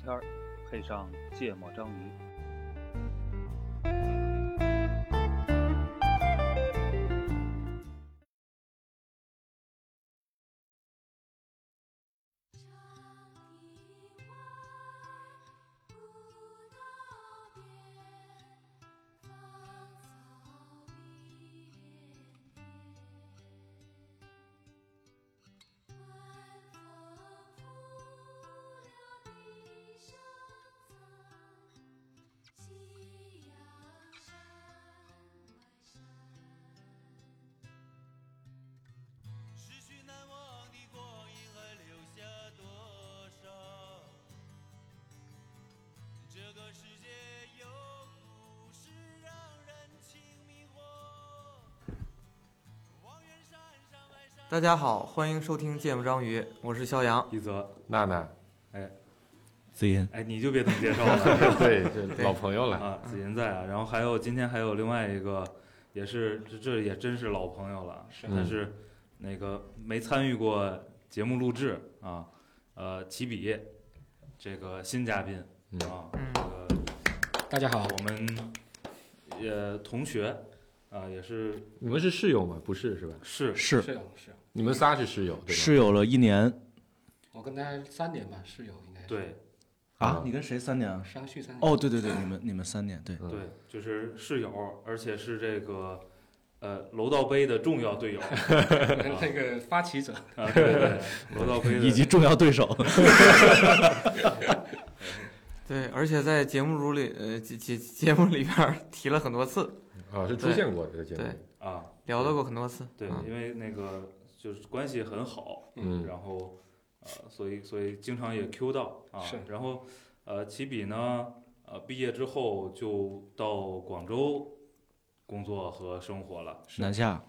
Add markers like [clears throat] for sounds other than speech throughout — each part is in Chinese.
片儿，配上芥末章鱼。唱一碗古道边，芳草迷连天。晚风拂柳笛声残，夕阳山外山。失去难忘的光阴，还留下多少？这个世界有故事让人情迷惑。望远山上爱上。大家好，欢迎收听《芥末章鱼》，我是肖阳。一泽，娜娜，哎子音，哎，你就别总介绍了 [laughs] [laughs] 对，这老朋友了，啊，子银在啊，然后还有今天还有另外一个，也是这这也真是老朋友了，是但是那个没参与过节目录制啊，呃，起笔这个新嘉宾嗯啊，嗯这个大家嗯好，我们也同学啊，也是你们是室友吗？不是是吧？是是是室友是，你们仨是室友对吧？室友了一年我跟他三年吧，室友应该是对啊？你跟谁三年啊？商旭三年哦，对对对，你们你们三年对，嗯对，就是室友，而且是这个呃楼道杯的重要队 [laughs] 友啊，那个发起者，对对，楼道杯的以及重要对手。对，而且在节目组里，呃，节节节目里边儿提了很多次，啊，是出现过这个节目对里，啊。聊到过很多次。对，嗯因为那个就是关系很好，嗯然后呃，所以所以经常也 Q 到啊。是然后呃，起笔呢，呃，毕业之后就到广州工作和生活了。南下，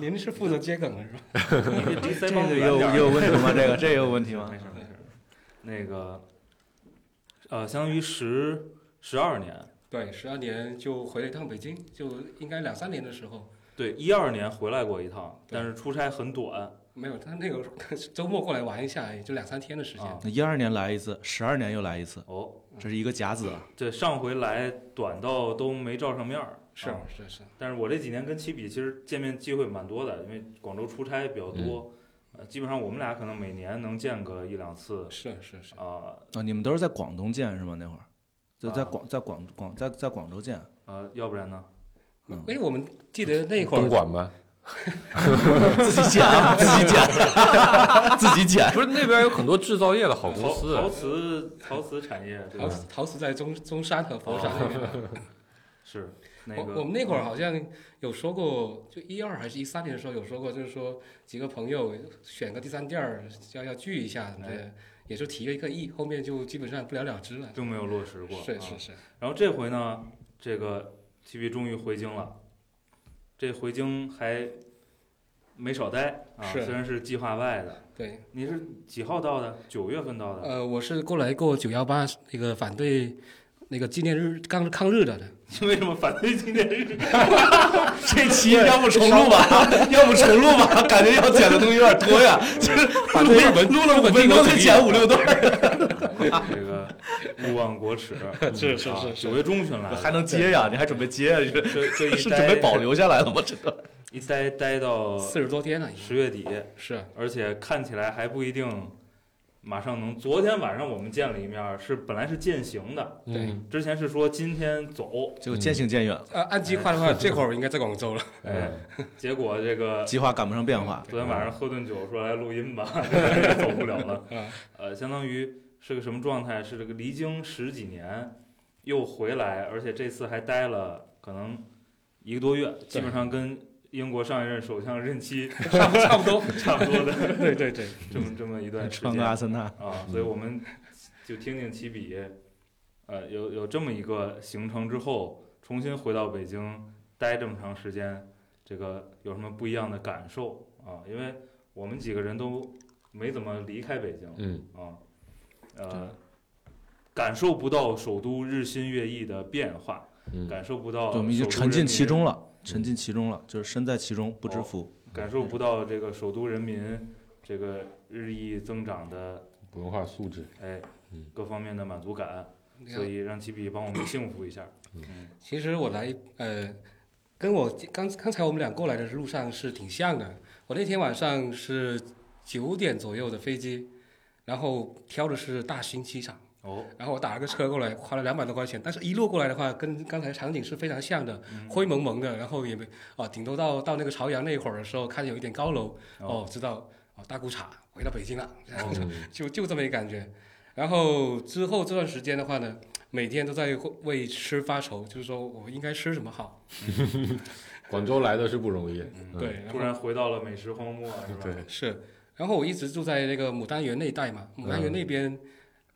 您是负责接梗的是吧？你离这腮帮个子远有点儿有问题吗？这个这有问题吗没？事没事。那个呃，相当于十十二年，对，十二年就回了一趟北京，就应该两三年的时候，对，一二年回来过一趟，对但是出差很短没有他那个周末过来玩一下，也就两三天的时间。啊。那一二年来一次，十二年又来一次，哦，这是一个甲子啊。这上回来短到都没照上面儿。是啊是是，但是我这几年跟七比其实见面机会蛮多的，因为广州出差比较多，嗯呃，基本上我们俩可能每年能见个一两次是是是，啊啊，你们都是在广东见是吗？那会儿，在在啊广在广广在在广州见，呃，要不然呢？嗯哎，我们记得那会东儿莞吗？自己剪啊， [laughs] 自己剪， [laughs] 自己剪。 [laughs] 不是那边有很多制造业的好公陶司啊嗯陶瓷陶瓷产业对陶吧？瓷陶瓷在中中山和佛山那边，是那我个我们那会儿好像有说过，就一二还是一三年的时候有说过，就是说几个朋友选个第三店儿要要聚一下什么的，也就提了一个亿，后面就基本上不了了之了。并没有落实过，是啊是是，然后这回呢，这个 TV 终于回京了，这回京还没少待啊，是虽然是计划外的。对，你是几号到的？九月份到的。呃，我是过来过九幺八那个反对那个纪念日抗抗日的的，[laughs] 呃为什么反对纪念 [laughs] 日？这期要不重录吧，要不重录吧，感觉要剪的东西有点多呀，就是反正日本录了日五本分帝国钟主就义剪五六段儿，这个勿忘国耻，是是啊是是九月中旬来的， [laughs] 还能接呀？你还准备接呀？ [laughs] 这这这是一准待备保留下来了吗？这 [laughs] 个一待待到四十多天了已经。十月底，是而且看起来还不一定马上能。昨天晚上我们见了一面，是本来是践行的，对嗯，之前是说今天走，结果渐行渐远了，呃，按计划的话，这会儿我应该在广州了。哎，嗯 [laughs] 结果这个计划赶不上变化。昨天晚上喝顿酒说来录音 [laughs] 吧，也走不了了。啊，呃，相当于是个什么状态？是这个离京十几年又回来，而且这次还待了可能一个多月，基本上跟英国上一任首相任期 [laughs] 差不差不多。差不多的对对对，这么这么一段时穿间个阿森纳，啊，所以我们就听听起笔，呃，有有这么一个行程之后，重新回到北京待这么长时间，这个有什么不一样的感受啊？因为我们几个人都没怎么离开北京，嗯，啊，呃，感受不到首都日新月异的变化，嗯感受不到，对，我们已经沉浸其中，了，沉浸其中了，就是身在其中不知哦福。感受不到这个首都人民这个日益增长的文化素质。哎嗯，各方面的满足感，所以让起笔帮我们幸福一下。嗯，其实我来呃，跟我刚刚才我们俩过来的路上是挺像的。我那天晚上是九点左右的飞机，然后挑的是大兴机场，哦，然后我打了个车过来，花了两百多块钱。但是一路过来的话，跟刚才场景是非常像的，嗯灰蒙蒙的，然后也没啊，顶多到到那个朝阳那会儿的时候，看见有一点高楼，哦，，知道哦，大裤衩回到北京了，嗯， [laughs] 就就这么一个感觉。然后之后这段时间的话呢，每天都在为吃发愁，就是说我应该吃什么好。广州来的是不容易，嗯嗯对，然突后然回到了美食荒漠，是吧？对，是，然后我一直住在那个牡丹园那一带嘛，嗯牡丹园那边、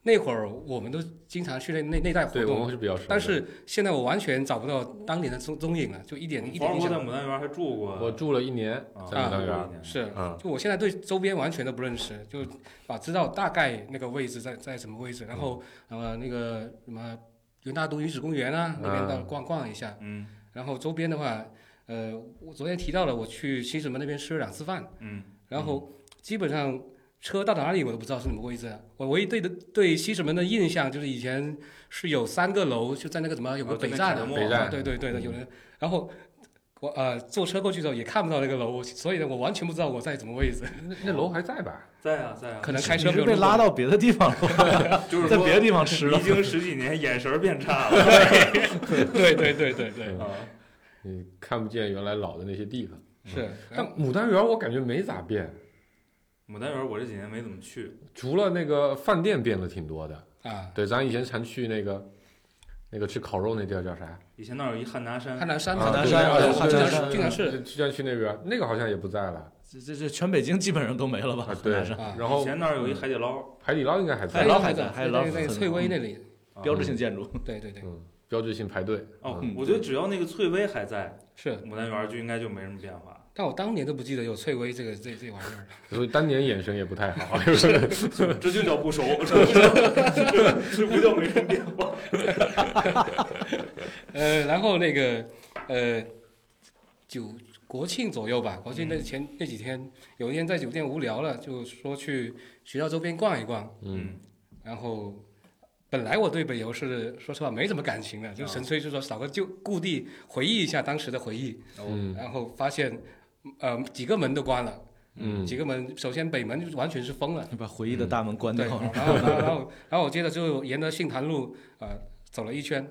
那会儿我们都经常去那那那带活对我们动，是比较熟的。但是现在我完全找不到当年的踪踪影了，就一点一点黄印渤在象。牡丹园还住过，嗯我住了一年啊在牡丹住过一园，年是，嗯，就我现在对周边完全都不认识，就啊知道大概那个位置在在什么位置，然后呃那个什么元大都遗址公园啊那边到嗯逛逛一下，嗯然后周边的话，呃我昨天提到了我去西直门那边吃了两次饭，嗯，然后基本上车到哪里我都不知道是什么位置啊。我唯一对的对西直门的印象就是以前是有三个楼，就在那个什么有个哦在北那站凯的德，北站啊对对对的嗯有人。然后我呃坐车过去的时候也看不到那个楼，所以呢我完全不知道我在什么位置， [laughs] 那那楼还在吧？在啊在啊，可能开车你没是有被路拉过到别的地方了，就是在说别的地方吃了已。经十几年，眼神儿变差了对对对对对，啊。你看不见原来老的那些地方。是。但然后牡丹园我感觉没咋变，牡丹园我这几年没怎么去，除了那个饭店变了挺多的。啊，对，咱以前常去那个那个吃烤肉那地儿叫啥？以前那儿有一汉拿山汉，南山啊可能对是啊对对对经常对是经常是就居然去那边，那个好像也不在了。这这这全北京基本上都没了吧啊？对反正啊，然以后前那儿有一海底捞，海底捞应该还海在底，捞还还在在在海底捞在在还在翠微那里，啊标志性建筑，对对对，嗯，标志性排队。哦嗯，我觉得只要那个翠微还在，是。牡丹园就应该就没什么变化。但我当年都不记得有翠微这个这这玩意儿了。 [laughs] 所以当年眼神也不太好，就是这就叫不熟，这不叫这不叫没什么变化。呃，然后那个呃，九国庆左右吧，国庆那嗯前、那几天，有一天在酒店无聊了，就说去学校周边逛一逛。嗯，然后本来我对北邮是说实话没什么感情的，就啊纯粹是说找个就故地回忆一下当时的回忆。哦，嗯然后发现，呃，几个门都关了，嗯几个门，首先北门就完全是封了。你 [laughs] 把回忆的大门关嗯对，掉然后了。然后然后然后我接着就沿着杏坛路呃走了一圈，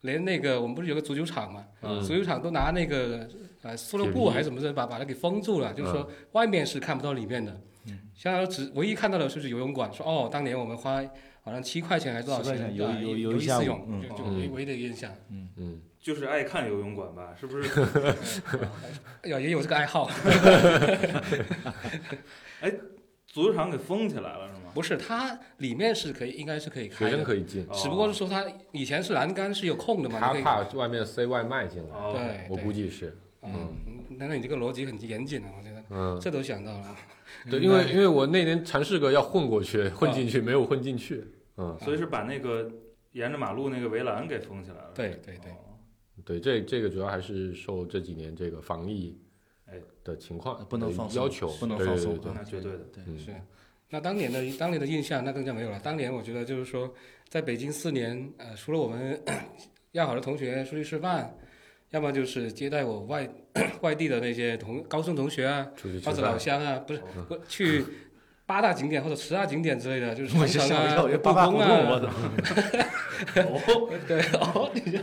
连那个我们不是有个足球场嘛，嗯足球场都拿那个呃塑料铁布皮嗯还是什么的把把它给封住了，就是说外面是看不到里面的。嗯相当于只唯一看到的就是游泳馆，说哦，当年我们花好像七块钱还是多少7块钱钱游啊游游游一一下次午泳，嗯就就嗯唯唯的印象，嗯，就是爱看游泳馆吧，是不是？哎呀，也有这个爱好。足球场给封起来了是吗？不是，它里面是可以，应该是可以开学生的，可以进，哦只不过是说它以前是栏杆是有空的嘛，他你可以怕外面塞外卖进来，哦，对，我对估计是，嗯，那那你这个逻辑很严谨啊，我觉得嗯，这都想到了。对，因为因为我那年尝试过要混过去，混进去没有混进去，嗯，所以是把那个沿着马路那个围栏给封起来了。对对对哦，对，这这个主要还是受这几年这个防疫哎的情况不能的放松要求，不能对对放松对对那绝对的。嗯是，那当年的当年的印象那更加没有了。当年我觉得就是说，在北京四年，呃，除了我们 [clears throat] 要好的同学出去吃饭，要么就是接待我外 [clears throat] 外地的那些同高中同学啊，出去吃或者老饭，乡啊，不是嗯不去八大景点或者十大景点之类的，就是我长城就吓我一跳，啊我这、故八大胡宫同，啊我，操！对，哦，你这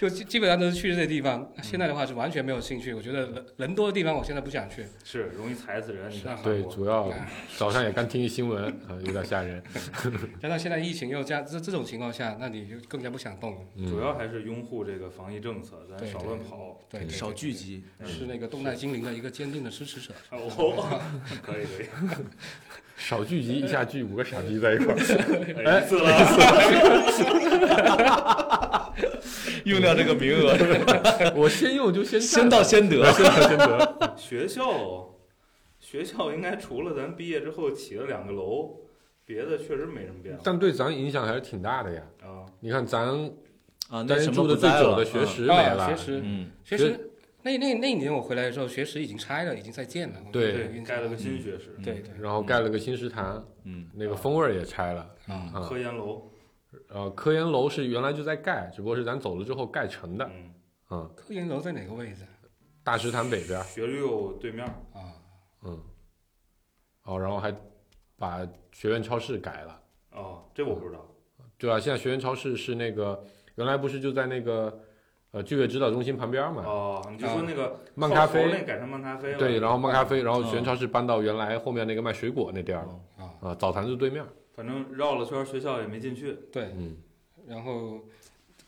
就基基本上都是去这些地方。现在的话是完全没有兴趣，我觉得人人多的地方我现在不想去。是容易踩死人。你是啊看对，韩国主要 [laughs] 早上也刚听一新闻，啊，有点吓人，加上现在疫情又加这这种情况下，那你就更加不想动了。嗯主要还是拥护这个防疫政策，咱对少乱跑。 [laughs] 对，对少聚。集，对对是那个动态精灵的一个坚定的支持者。哦， [laughs] 可以可以少聚集一下聚五个傻逼在一块儿，， [laughs] 哎一次了。用掉这个名额，我先用就先先占到先得。先到先得，学校，学校应该除了咱毕业之后起了两个楼，别的确实没什么变化 [laughs] 但对咱影响还是挺大的呀。啊。你看咱啊，那担什任么住的不最在久了的学，识没啊，了学，识，嗯，学学识，那那那一年我回来的时候，学识已经拆了，已经在建了。对嗯对，盖了个新学士，嗯对对然后盖了个新食堂，嗯，那个风味儿也拆了。嗯啊，啊科研楼，呃，科研楼是原来就在盖，只不过是咱走了之后盖成的。嗯，嗯，科研楼在哪个位置大食堂北边儿，学六对面，啊？嗯，哦，然后还把学院超市改了。哦，这我不知道，对啊，现在学院超市是那个原来不是就在那个呃剧业指导中心旁边嗯儿嘛，哦，你就说那个漫咖靠头那啡。改成漫咖啡了，对，然后漫咖啡，然后嗯学院超市搬到原来后面那个卖水果那店儿了哦嗯啊，啊，澡堂子对面儿。反正绕了圈儿，学校也没进去，对，嗯，然后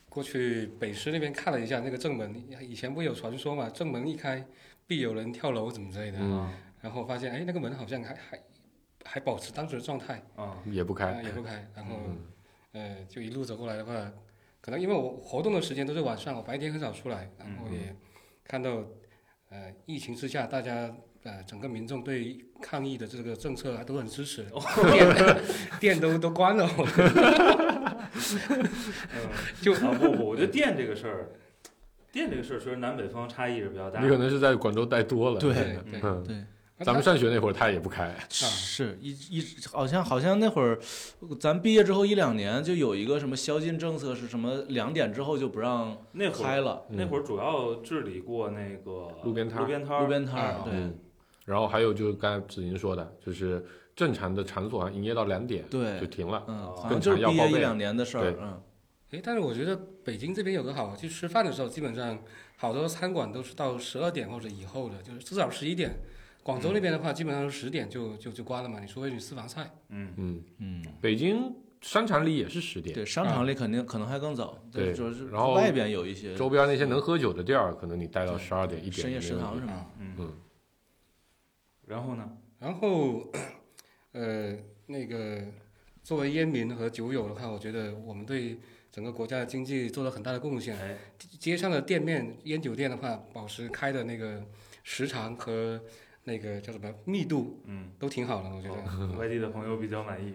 过去北师那边看了一下那个正门，以前不有传说嘛，正门一开必有人跳楼怎么之类的。嗯，然后发现哎，那个门好像还还还保持当时的状态，啊，也不啊哎开。也不开。然后嗯呃，就一路走过来的话，可能因为我活动的时间都是晚上，我白天很少出来，然嗯后也看到呃疫情之下大家。呃，整个民众对抗疫的这个政策还啊都很支持，哦店店都都 [laughs] 关了， [laughs] 呃嗯，就啊不不，我觉得电这个事儿，电这个事儿确实南北方差异是比较大 [laughs] 你可能是在广州待多了。 [laughs] 对对对，嗯，对，咱们上学那会儿他也不开。是一一直好像好像那会儿，咱毕业之后一两年就有一个什么宵禁政策，是什么两点之后就不让那会开儿了，那会儿，儿主要治理过那个路边摊儿路边摊儿路边摊儿啊对嗯，然后还有就是刚才子宁说的，就是正常的场所营业到两点就对，停了。嗯，更好像就常是要毕报业一备两年的事儿对，嗯，诶，但是我觉得北京这边有个好，去吃饭的时候，基本上好多餐馆都是到十二点或者以后的，就是至少十一点。广州那边的话，基本上十点就就就关了嘛，你除非你私房菜。嗯，嗯，嗯，北京商场里也是十点，对，商场里肯定可能还更早，对主要是然后外边有一些周边那些能喝酒的地儿，可能你待到十二点一点。深夜食堂什么的，嗯嗯，然后呢？然后，呃，那个作为烟民和酒友的话，我觉得我们对整个国家的经济做了很大的贡献。哎，街上的店面烟酒店的话，保持开的那个时长和那个叫什么密度嗯，都挺好的，我觉得。好外地的朋友比较满意。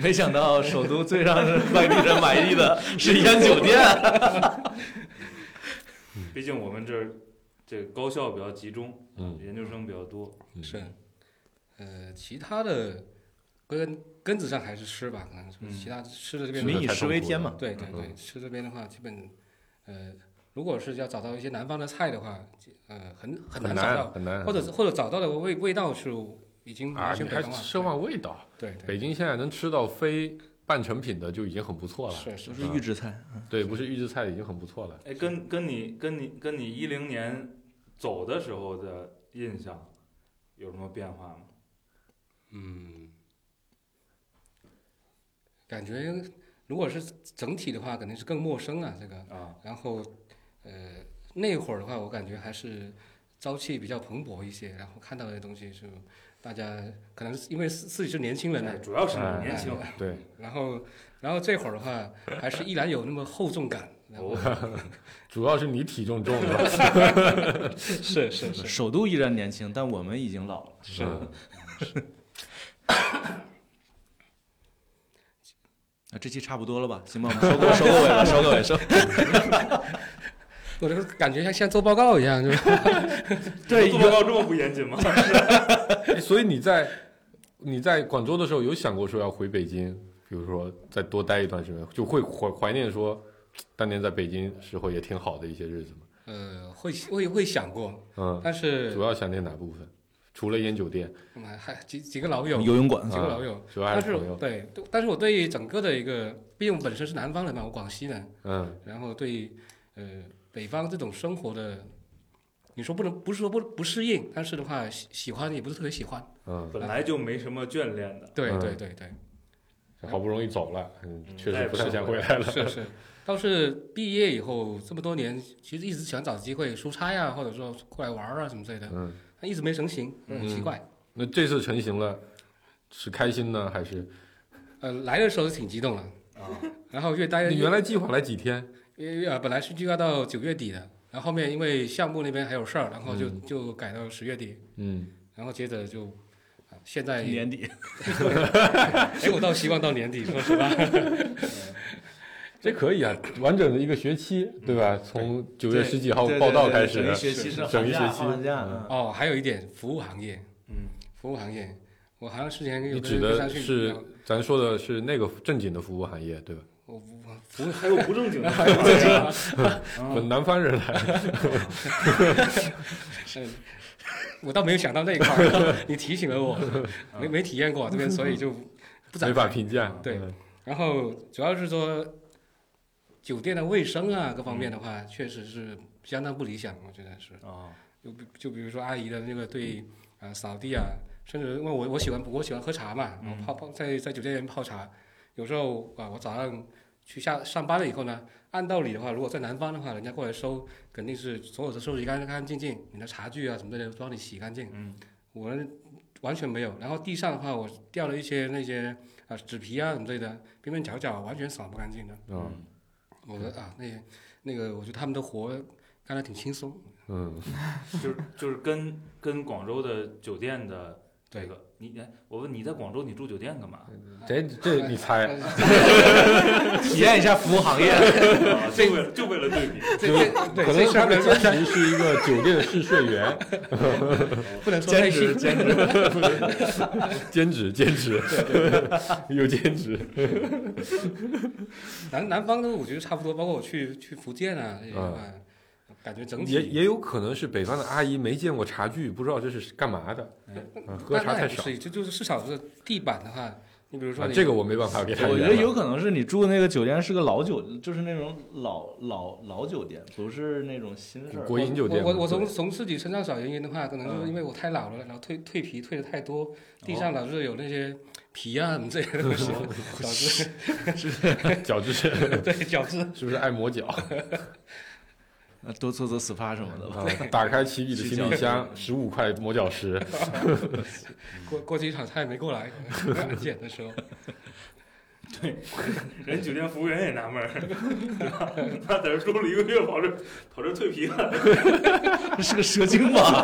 没想到首都最让外地人满意的是烟酒店，毕竟我们这儿这个高校比较集中，嗯研究生比较多，嗯是，呃，其他的根根子上还是吃吧，可能是嗯其他吃的这边民的以话，太食为天嘛对对对，吃这边的话，基本呃，如果是要找到一些南方的菜的话，呃，很很很难找难到，很难，或者是或者找到的味味道是已经啊，完你全还北方了，奢望味道？对北对，京现在能吃到非半成品的就已经很不错了，是是都是预制菜，对，不是预制菜已经很不错了。哎，跟跟你跟你跟你一零年走的时候的印象有什么变化吗？嗯，感觉如果是整体的话，肯定是更陌生啊，这个。啊，然后，呃，那会儿的话，我感觉还是朝气比较蓬勃一些，然后看到的东西是大家可能是因为自自己是年轻人呢哎，主要是你年轻，对，然后，然后这会儿的话，还是依然有那么厚重感。然后哦，主要是你体重重 [laughs] 了，是是是，首都依然年轻，但我们已经老了。是 [laughs] 啊，这期差不多了吧？行吧，我 [laughs] 们收个收个尾吧，收个尾，收。我这个感觉像像做报告一样，就是吧对做报告这么不严谨吗？所以你在你在广州的时候有想过说要回北京，比如说再多待一段时间，就会怀怀念说当年在北京时候也挺好的一些日子嘛。呃，会会会想过，嗯，但是主要想念哪部分？除了烟酒店，嗯还几几个老友，游泳啊馆几个老友，主要还但是是朋友。对，但是我对于整个的一个，毕竟我本身是南方人嘛，我广西人，嗯，然后对呃北方这种生活的，你说不能不是说不不适应，但是的话喜喜欢也不是特别喜欢。[laughs] 嗯，本来就没什么眷恋的，对嗯对对对，好不容易走了，嗯，嗯确再实也不不太想想回回来了。 [laughs] 是是。倒是毕业以后这么多年，其实一直想找机会出差啊，或者说过来玩儿啊什么之类的，嗯，但一直没成型，很奇嗯怪。那这次成型了，是开心呢还是？呃，来的时候挺激动的，啊，然后越待你原来计划来几天？因为呃本来是计划到九月底的，然后后面因为项目那边还有事儿，然后就、就改到十月底，嗯，然后接着就，啊现在年底哎，我倒希望到年底，说实话。这可以啊，完整的一个学期，对吧？从九月对十几号对对报道对开整始啊一，学期是整一寒假学期放假，嗯嗯哦，还有一点服务行业，嗯，服务行业，我好像之前有你跟指跟的上去是聊咱说的是那个正经的服务行业，对吧？我我服 [laughs] [laughs] 务还有不正经的玩意儿啊，我嗯南方人来，嗯，我倒没有想到那一块儿， [laughs] 你提醒了我，没没体验过这边，所以就不咋没法评价。对嗯然后主要是说酒店的卫生啊，各方面的话，确实是相当不理想，我觉得是。啊，就比就比如说阿姨的那个对啊、呃扫地啊，甚至因为我我喜欢我喜欢喝茶嘛，我嗯泡泡在在酒店里面泡茶，有时候啊我早上去下上班了以后呢，按道理的话，如果在南方的话，人家过来收肯定是所有的收拾干干干净净，你的茶具啊什么之类的都帮你洗干净。嗯，我完全没有。然后地上的话，我掉了一些那些啊、纸皮啊什么之类的，边边角角完全扫不干净的。嗯我说啊，那那个我觉得他们的活干得挺轻松。嗯，就是就是跟跟广州的酒店的这对个，你哎我问你在广州你住酒店干嘛？这这你哎猜？啊体验一下服务行业。啊就为了就为了对 [laughs] 比，这就这对可这能事儿他不的能兼说职是一个酒店试睡员， [laughs] 不能说太细。兼职，兼职兼职， [laughs] 有兼职。 [laughs] 南南方的我觉得差不多，包括我去去福建啊，也嗯啊感觉整体也也有可能是北方的阿姨没见过茶具，不知道这是干嘛的，啊，喝那茶那太也不少。是，就就是至少是地板的话，你比如说啊你、这个我没办法给他。我觉得有可能是你住的那个酒店是个老酒，就是那种老老老酒店，不是那种新式儿。国营酒店嘛。我我我从对嗯从自己身上找原因的话，可能就是因为我太老了，然后蜕蜕皮蜕的太多，地上哦老是有那些皮啊什么之类的东西，导 [laughs] 致脚趾是对导致是不是爱磨脚？呃多做做 SPA 什么的吧。 [laughs] 啊，[laughs] 打开奇比的行李箱，十五块磨脚石。过过几场菜没过来， [laughs] 可能安检的时候，人酒店服务员也纳闷儿，对吧？他在这住了一个月，跑这跑这蜕皮了，这是个蛇精 [laughs] 吧？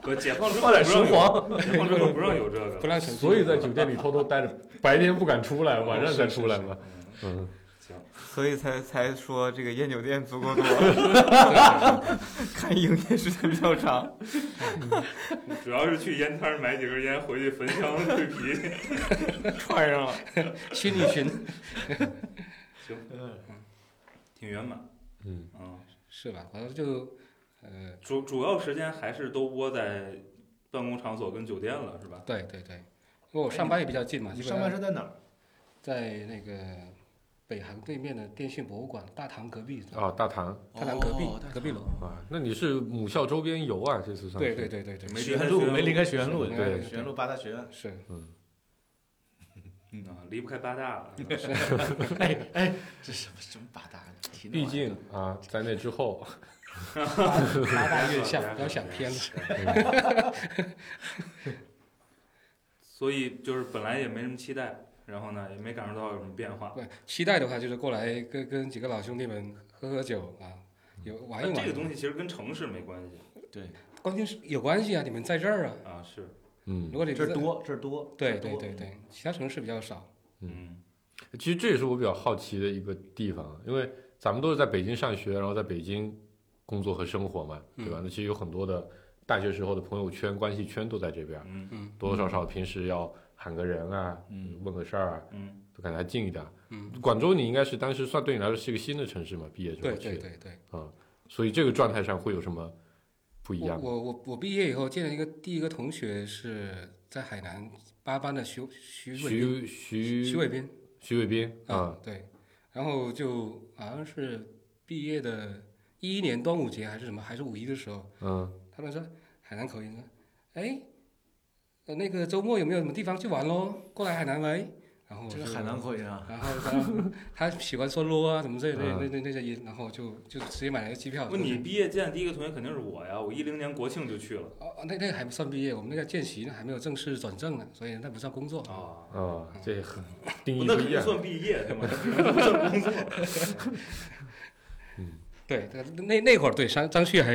不解放之后放点不蛇让有，黄。解放之 [laughs] 后不让有这个不了，让手机。所以在酒店里偷偷待着，白天不敢出来，晚上才出来嘛。嗯嗯，所以才才说这个烟酒店足 [laughs] 够多，看营业时间比较长。 [laughs] 主要是去烟摊儿买几根烟，回去焚香蜕皮。串上了，熏一熏，行，嗯，挺圆满。嗯，嗯，是吧？反正就呃，主主要时间还是都窝在办公场所跟酒店了，是吧？对对对，因为我上班也比较近嘛，基本哎上班上是在哪儿？在那个北航对面的电讯博物馆大堂隔壁，啊，大堂大堂隔壁哦大堂隔壁楼。啊，那你是母校周边游啊？这次算对是对对对对，没学离开院路学没离开学院路，对对学院路八大学院。是啊，离不开八大了。哎哎，这什么什么八大？提那玩意毕儿竟啊，在那之后，八大院校，不要想偏了。所以就是本来也没什么期待，然后呢也没感受到有什么变化。对，期待的话就是过来跟跟几个老兄弟们喝喝酒啊，有玩一但玩。这个东西其实跟城市没关系关键是有关系啊，你们在这儿啊。啊，是，嗯如，果你不 [laughs] 这儿在，多这儿多，对这儿对多对对，其他城市比较少。嗯其实这也是我比较好奇的一个地方，因为咱们都是在北京上学，然后在北京工作和生活嘛，对吧？那其实有很多的大学时候的朋友圈、关系圈都在这边，嗯多多少少平时要喊个人啊，嗯问个事儿啊，嗯，都感觉还近一点。嗯，广州你应该是当时算对你来说是一个新的城市嘛，毕业之后对去的，对对对，所以这个状态上会有什么不一我样吗？我我我毕业以后见了一个第一个同学是在海南八班的徐徐伟徐斌徐徐伟斌徐伟斌啊，对，然后就好像是毕业的一一年端午节还是什么还是五一的时候，嗯，他们说海南口音说，哎，呃，那个周末有没有什么地方去玩喽？过来海南玩。然后我嗯这就是海南，口音啊。然后他他喜欢说喽啊什么这那嗯那那那些音，然后就就直接买了个机票。那你毕业见的第一个同学肯定是我呀，我一零年国庆就去了哦，哦那那个还不算毕业，我们那个见习呢还没有正式转正呢，所以那不算工作。啊，啊，这很定义那不肯一定样。算毕业对吗？不算工作。对，那那那会儿对张张旭还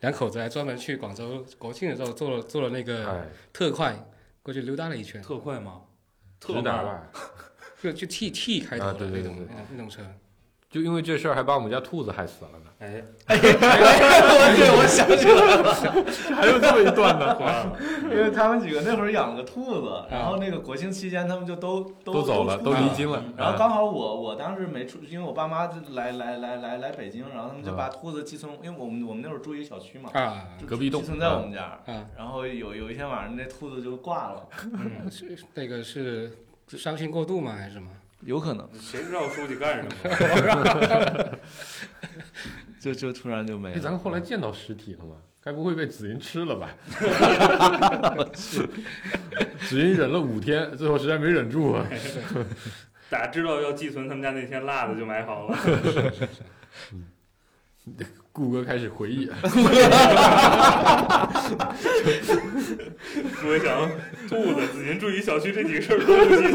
两口子还专门去广州国庆的时候坐了坐了那个哎，特快过去溜达了一圈，特快吗？特直达慢，吧，就就 T T 开头啊对的对那对种对那种车。就因为这事儿还把我们家兔子害死了呢，哎，对，我想起来了，还有这么一段呢，破案了，因为他们几个那会儿养了个兔子，然后啊那个国庆期间他们就都都都走了，出都去离京了，然后啊刚好我我当时没出，因为我爸妈就来来来来来北京，然后他们就嗯把兔子寄从，因为我们我们那会儿住一个小区嘛，啊就隔壁栋寄存在我们家。啊，然后有有一天晚上，那兔子就挂了，嗯是那个是伤心过度吗？还是什么？有可能谁知道书记干什么？ [laughs] 就就突然就没哎，咱们后来见到尸体了吗？该不会被紫云吃了吧？ [laughs] 紫云忍了五天，最后实在没忍住啊。大家知道要寄存他们家那天辣的就买好了，顾哥开始回忆，我一 [laughs] 想兔子、紫云、注意小区这几个事儿都不记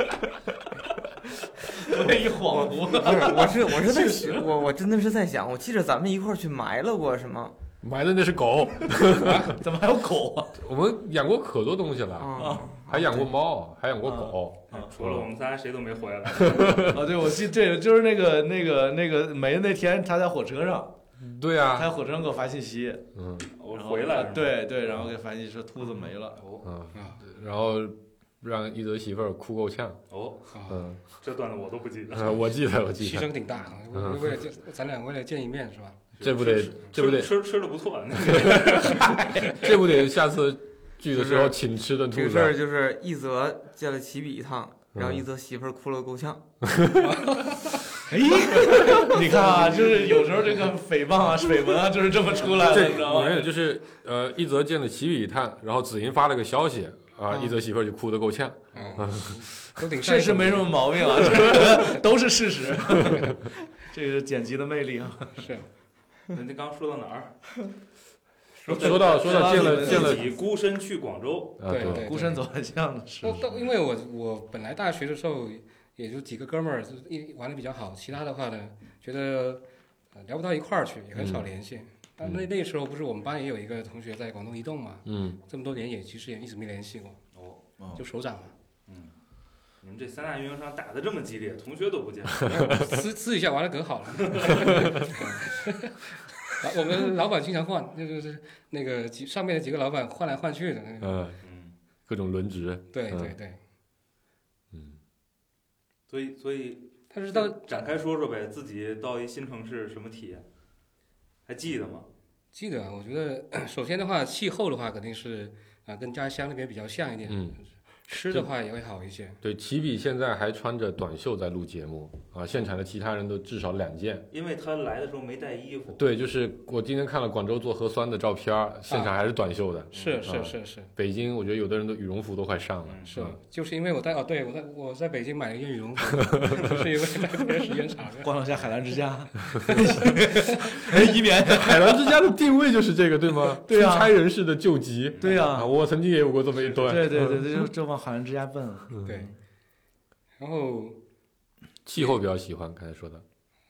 得。我 [laughs] 也一恍惚，不是，我是我是在想我我真的是在想，我记着咱们一块儿去埋了过是吗？埋的那是狗。怎么还有狗啊？我们养过可多东西了，啊，还养过猫，还养过狗。啊除了我们仨，谁都没回来。哦，对，我记对，就是那个那个那个没那天他在火车上，对他啊，在火车上给我发信息，嗯我然后啊回来了，对对，然后给发信息说兔子没了，哦嗯啊，然后让一泽媳妇儿哭够呛。哦，啊，嗯，这段子我都不记得。呃 [laughs] 啊我记得，我记牺得，牲挺大，为嗯为了见咱俩为了见一面是吧？这不得是这不得吃吃吃的不 [laughs] 错，啊这不得下次聚的时候就请吃顿这兔个事儿子。啊就是一泽见了起笔一趟，然后嗯一泽媳妇儿哭了够呛。哎， [laughs] 你看啊，就是有时候这个诽谤啊、水文啊，就是这么出来了，这你知道没吗？有，就是呃，一泽见了起笔一探，然后子银发了个消息啊，嗯一泽媳妇儿就哭得够呛。啊，都挺这善是良的没什么毛病啊，这都是事实。 [laughs] 这个是剪辑的魅力啊！是人家刚说到哪儿？说到说到见了对见了自己孤身去广州，啊，对对孤身走暗巷的是都，都，因为我我本来大学的时候也就几个哥们儿，就是一玩的比较好，其他的话呢，觉得呃聊不到一块儿去，也很少嗯联系。但那那时候不是我们班也有一个同学在广东移动嘛，嗯，这么多年也其实也一直没联系过，哦，就首长嘛，嗯，你们这三大运营商打得这么激烈，同学都不见了，[laughs] 私私底下玩的可好了。 [laughs] 啊我们老板经常换，那就是那个几上面的几个老板换来换去的那个，呃，嗯，各种轮值，对嗯对对。嗯，所以所以但是到展开说说呗，自己到一新城市什么体验？还记得吗？记得啊，我觉得 [clears throat] 首先的话，气候的话肯定是啊、跟家乡那边比较像一点。嗯，吃的话也会好一些。对，起笔现在还穿着短袖在录节目啊，现场的其他人都至少两件。因为他来的时候没带衣服，对，就是我今天看了广州做核酸的照片儿，现场还是短袖的。是啊是是是北京，我觉得有的人都羽绒服都快上 [laughs] 了。嗯是嗯，就是因为我在哦，对我在我在北京买了一件羽绒服， [laughs] 是因为在这边时间长了。逛了下海澜之家，哎，一年， [laughs] 海澜之家的定位就是这个，对吗？对啊出差人士的救急。对呀、啊，我曾经也有过这么一段。对对对对，就就往海澜之家奔了。嗯对，然后气候比较喜欢，刚才说的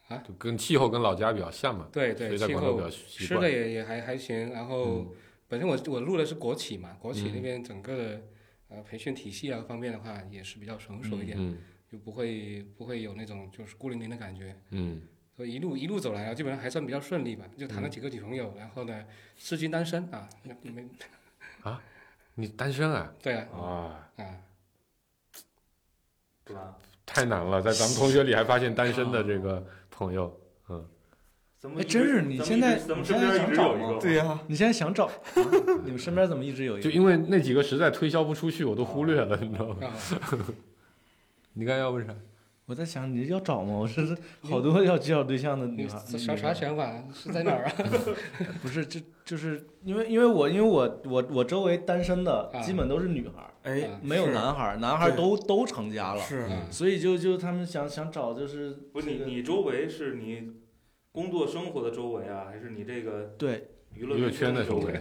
啊就跟气候跟老家比较像嘛，对所对，以在气广州比候较习吃惯。的也也还还行。然后嗯本身我我录的是国企嘛，国企嗯那边整个的呃培训体系啊方面的话也是比较成熟一点，嗯就不会不会有那种就是孤零零的感觉。嗯，所以一路一路走来，然啊后基本上还算比较顺利吧，就谈了几个女朋友，然后呢，至今单身啊，没没你单身啊？对啊啊，啊，是吧？太难了，在咱们同学里还发现单身的这个朋友，怎么哎，一直？真是你咱们现在一直咱你们现身在边一想直找有一个吗？，呀、你现在想找，啊你们身边怎么一直有一哦就个？因为那几个实在推销不出去，我都忽略了，你知道吗？啊，你看，要不是啥？我在想，你要找吗？我这是好多要介绍对象的你女孩，啥啥想法是在哪儿 [laughs] 啊？不是，这就是因为因为我因为我我我周围单身的啊基本都是女孩儿，哎，啊嗯没有是男孩儿，男孩儿对都都成家了，是嗯所以就就他们想想找就是不是这你个你周围是你工作生活的周围啊，还是你这个对娱娱乐乐圈的周周围围？，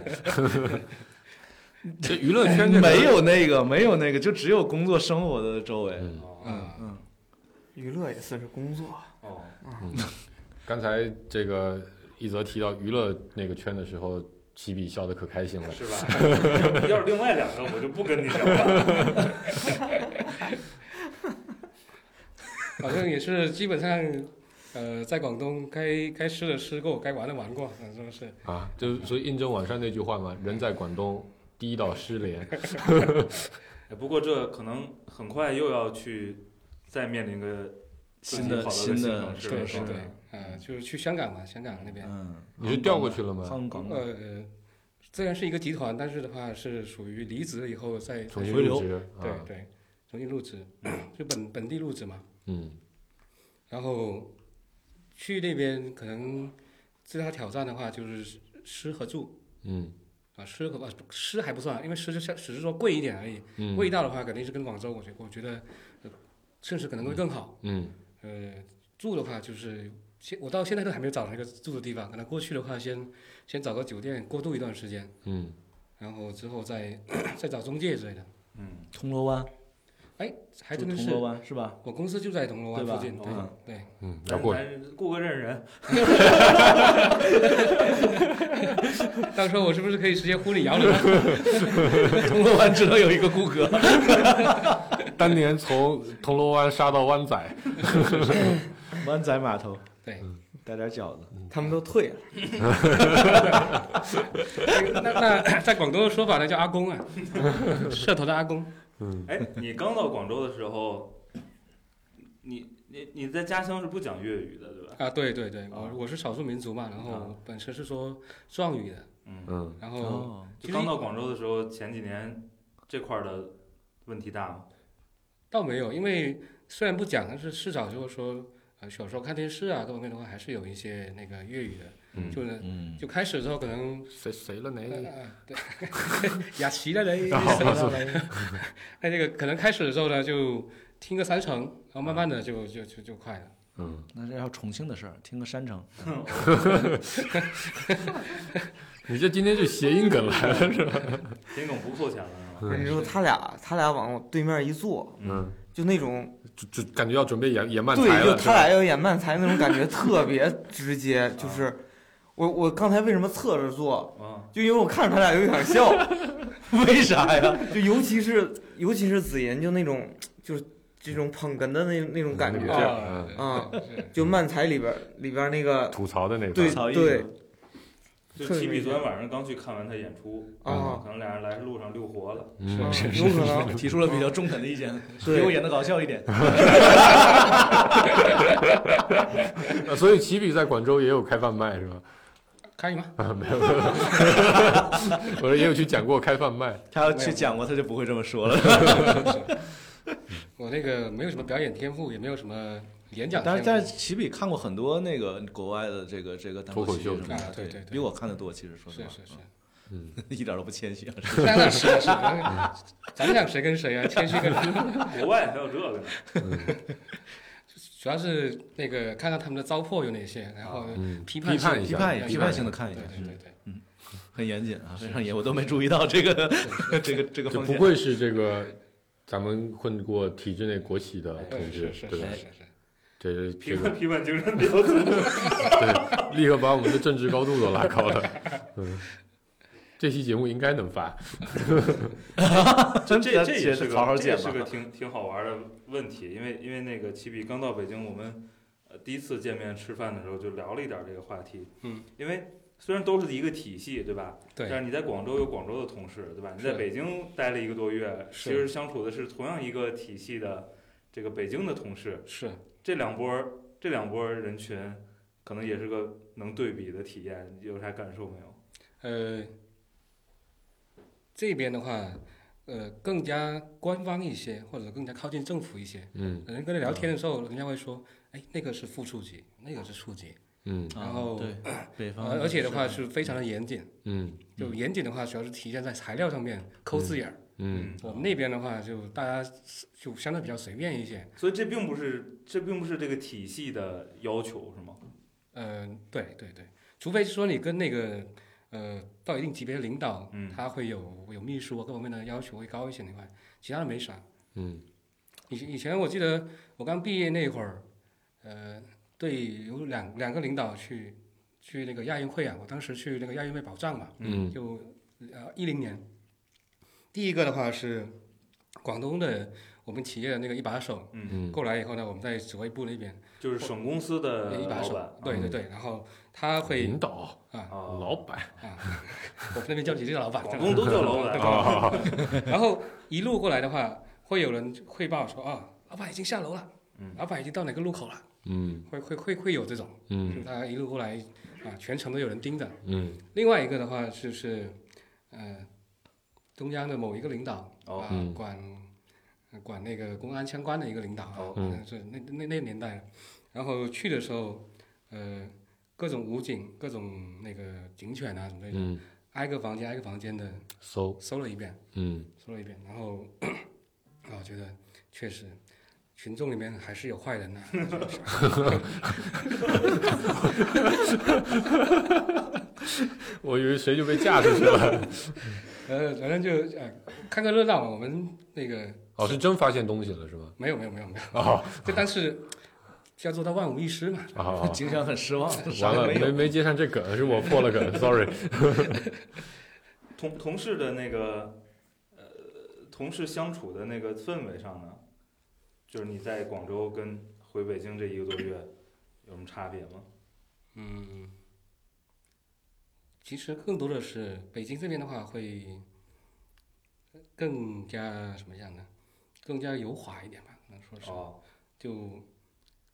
[laughs] 这娱乐圈 [laughs] 这个没，有那个没有那个，就只有工作生活的周围。嗯，哦啊，嗯，娱乐也算是工作，哦，刚才这个一泽提到娱乐那个圈的时候，起笔笑得可开心了。是吧？ [laughs] 要是另外两个，我就不跟你聊了。好像也是基本上，呃，在广东该该吃的吃过，该玩的玩过，反正是啊，就是所以印证网上那句话嘛，人在广东，第一岛失联。哎 [laughs] 不过这可能很快又要去再面临个新的更好新的的对城市对了，对，呃，就是去香港嘛，香港那边，嗯，你是调过去了吗？香港呃，虽然是一个集团，但是的话是属于离职了以后再重新回入流职。对啊，对，重新入职，就本本地入职嘛。嗯，然后去那边可能最大挑战的话就是吃和住嗯啊，吃和啊吃还不算，因为吃就像只是说贵一点而已。嗯，味道的话肯定是跟广州，我觉我觉得、呃甚至可能会更好。嗯呃，住的话就是现我到现在都还没有找到一个住的地方，可能过去的话先先找个酒店过渡一段时间，嗯然后之后再再找中介之类的。嗯，铜锣湾，哎还就真的铜是锣，湾是吧？我公司就在铜锣湾对吧附近，对嗯对。嗯，要咱过咱顾客认人，到时候我是不是可以直接呼你摇铃？铜锣湾只能有一个顾客。当年从铜锣湾杀到湾仔，湾仔码头，对，带点饺子。他们都退了，那那 [coughs] 在广东的说法呢叫阿公啊， [laughs] 社头的阿公。哎，你刚到广州的时候，你你你在家乡是不讲粤语的对吧？啊，对对对，啊我我是少数民族嘛，然后啊本身是说壮语的，嗯，嗯，然后哦，其就实刚到广州的时候，前几年这块儿的问题大吗？倒没有，因为虽然不讲，但是至少就是说，呃，小时候看电视啊各方面的话，还是有一些那个粤语的，嗯就是嗯，就开始的时候可能。谁谁了呃呢？呃对，雅琪 [laughs] 了嘞，嗯哦 [laughs] 哎，这个可能开始的时候呢，就听个三成，然后慢慢的就就就就快了。嗯，那这要重庆的事儿，听个山 [laughs] 城。你这今天就谐音梗来了是吧？田总不扣钱了是吧？你说他俩他俩往我对面一坐，嗯，就那种就就感觉要准备演演慢对才，就了，他俩要演慢才那种感觉特别直接，就是我我刚才为什么侧着坐，啊，就因为我看着他俩就想笑，为啥呀？就尤其是尤其是子妍就那种就是这种捧哏的那那种感嗯觉这样啊啊是就慢才里边儿里边儿那个吐槽的那对个，槽艺对就特别提比明昨显天晚上刚去看完他演出，啊，嗯可能俩人来路上溜活了。嗯是有可 [laughs] 能提出了比较中肯的意 [laughs] 见，比我对演的搞笑一点。呃所以起笔在广州也有开贩卖是吧？可以吗？我说也有去讲过开贩卖，他要去讲过，他就不会这么说了。我那个没有什么表演天赋，也没有什么演 [laughs] 讲但天是赋。但是起笔看过很多那个国外的这个这个单脱口喜剧秀什么是吧的，对对对比我看的多。其实说实是话，是是，嗯 [laughs] 一点都不 [laughs] 谦虚啊。那那是是，那咱俩谁跟谁啊？谦虚跟 [laughs] 国外还有这个呢，主要是那个看看他们的糟粕有哪些，然后嗯，批批判判一性批下，判一下批判性的看对一下，对对对，很严谨啊，非常严，我都没注意到这个这个这个就风不险。愧是这个咱们混过体制内国企的同对志是是，是对吧是？是，这批这个判批判精神比较足。对，立刻把我们的政治高度都拉高了。嗯，这期节目应该能发。这这这这也是个好好这剪也是吧个挺挺好玩的问题，因为因为那个起笔刚到北京，我们呃第一次见面吃饭的时候就聊了一点这个话题。嗯，因为虽然都是一个体系，对吧？对但是你在广州有广州的同事，对吧？你是在北京待了一个多月，是其实相处的是同样一个体系的这个北京的同事，是这两波儿这两波儿人群，可能也是个能对比的体验，你有啥感受没有？呃，这边的话，呃，更加官方一些，或者更加靠近政府一些。嗯人跟人聊天的时候，人家会说，哎，那个是副处级，那个是处级，嗯啊然后呃对北方，而而且的话是非常的严谨。嗯就严谨的话，主要是体现在材料上面抠字眼儿。嗯，我们那边的话，就大家就相对比较随便一些。所以这并不是这并不是这个体系的要求，是吗？嗯、对对对，除非是说你跟那个呃到一定级别的领导，嗯他会有有秘书啊各方面的要求会高一些以外，其他的没啥。嗯以前以前我记得我刚毕业那会儿，呃，对，有两两个领导去去那个亚运会啊，我当时去那个亚运会保障嘛，嗯就呃一零年，第一个的话是广东的我们企业的那个一把手嗯，嗯，过来以后呢，我们在指挥部那边就是省公司的一把老手板，，对对嗯对，然后他会领导、啊，啊，老板，我们那边叫直接 [laughs] 老板，广东都叫老板啊，然后一路过来的话，会有人汇报说啊，老板已经下楼了，嗯老板已经到哪个路口了，嗯会会会会有这种，嗯大家一路过来啊，全程都有人盯着。嗯另外一个的话就是，呃，中央的某一个领导哦啊，嗯管管那个公安相关的一个领导，哦嗯呃是那那那年代了。然后去的时候，呃，各种武警、各种那个警犬啊什么的，嗯，挨个房间挨个房间的搜，搜了一遍。嗯说了一遍，然后啊，我觉得确实群众里面还是有坏人的、 [laughs] 我以为谁就被架出去了，呃，反正就呃看个热闹嘛。我们那个哦，是真发现东西了是吗？没有没有没有没有，哦，这但是要做到万无一失嘛。啊，哦经常很失望，啥完了，也没没有。没接上这梗，是我破了梗，sorry。同同事的那个呃同事相处的那个氛围上呢，就是你在广州跟回北京这一个多月有什么差别吗？嗯， [laughs] 其实更多的是北京这边的话会更加什么样呢？更加油滑一点吧，能说是。哦，就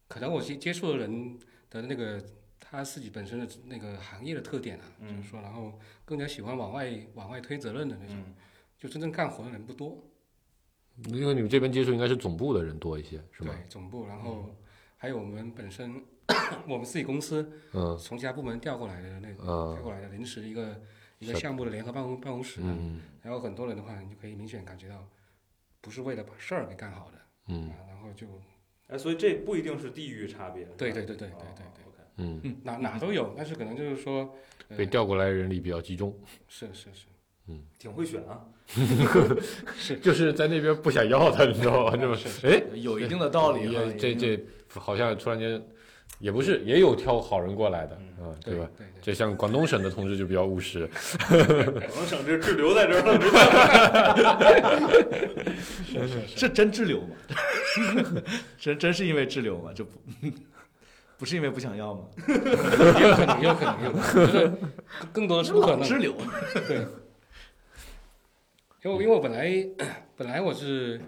可能我接接触的人的那个他自己本身的那个行业的特点啊，嗯就是说，然后更加喜欢往外往外推责任的那种，嗯，就真正干活的人不多，因为你们这边接触应该是总部的人多一些，是对吗？总部，然后还有我们本身 [coughs] 我们自己公司嗯从其他部门调过来的那个、啊调过来的临时一个一个是项目的联合办公办公室啊，嗯然后很多人的话，你就可以明显感觉到不是为了把事儿给干好的、嗯啊，然后就哎，所以这不一定是地域差别，是吧对对对对对哦对对 OK，嗯，哪哪都有，但是可能就是说，呃被调过来的人里比较集中，是是是，挺会选啊，就是在那边不想要他，你知道吧？这么是哎， [laughs] 有一定的道理哈也，这有一定这好像突然间也不是，也有挑好人过来的，嗯，对吧？对对，这像广东省的同志就比较务实，可能省这滞留在这儿了，没是真滞留吗？ [laughs] 真真是因为滞留吗？这不不是因为不想要吗？也有可能，也有可能，也有可能，就是更更多的是不可能。滞留，因为因为我本来本来我是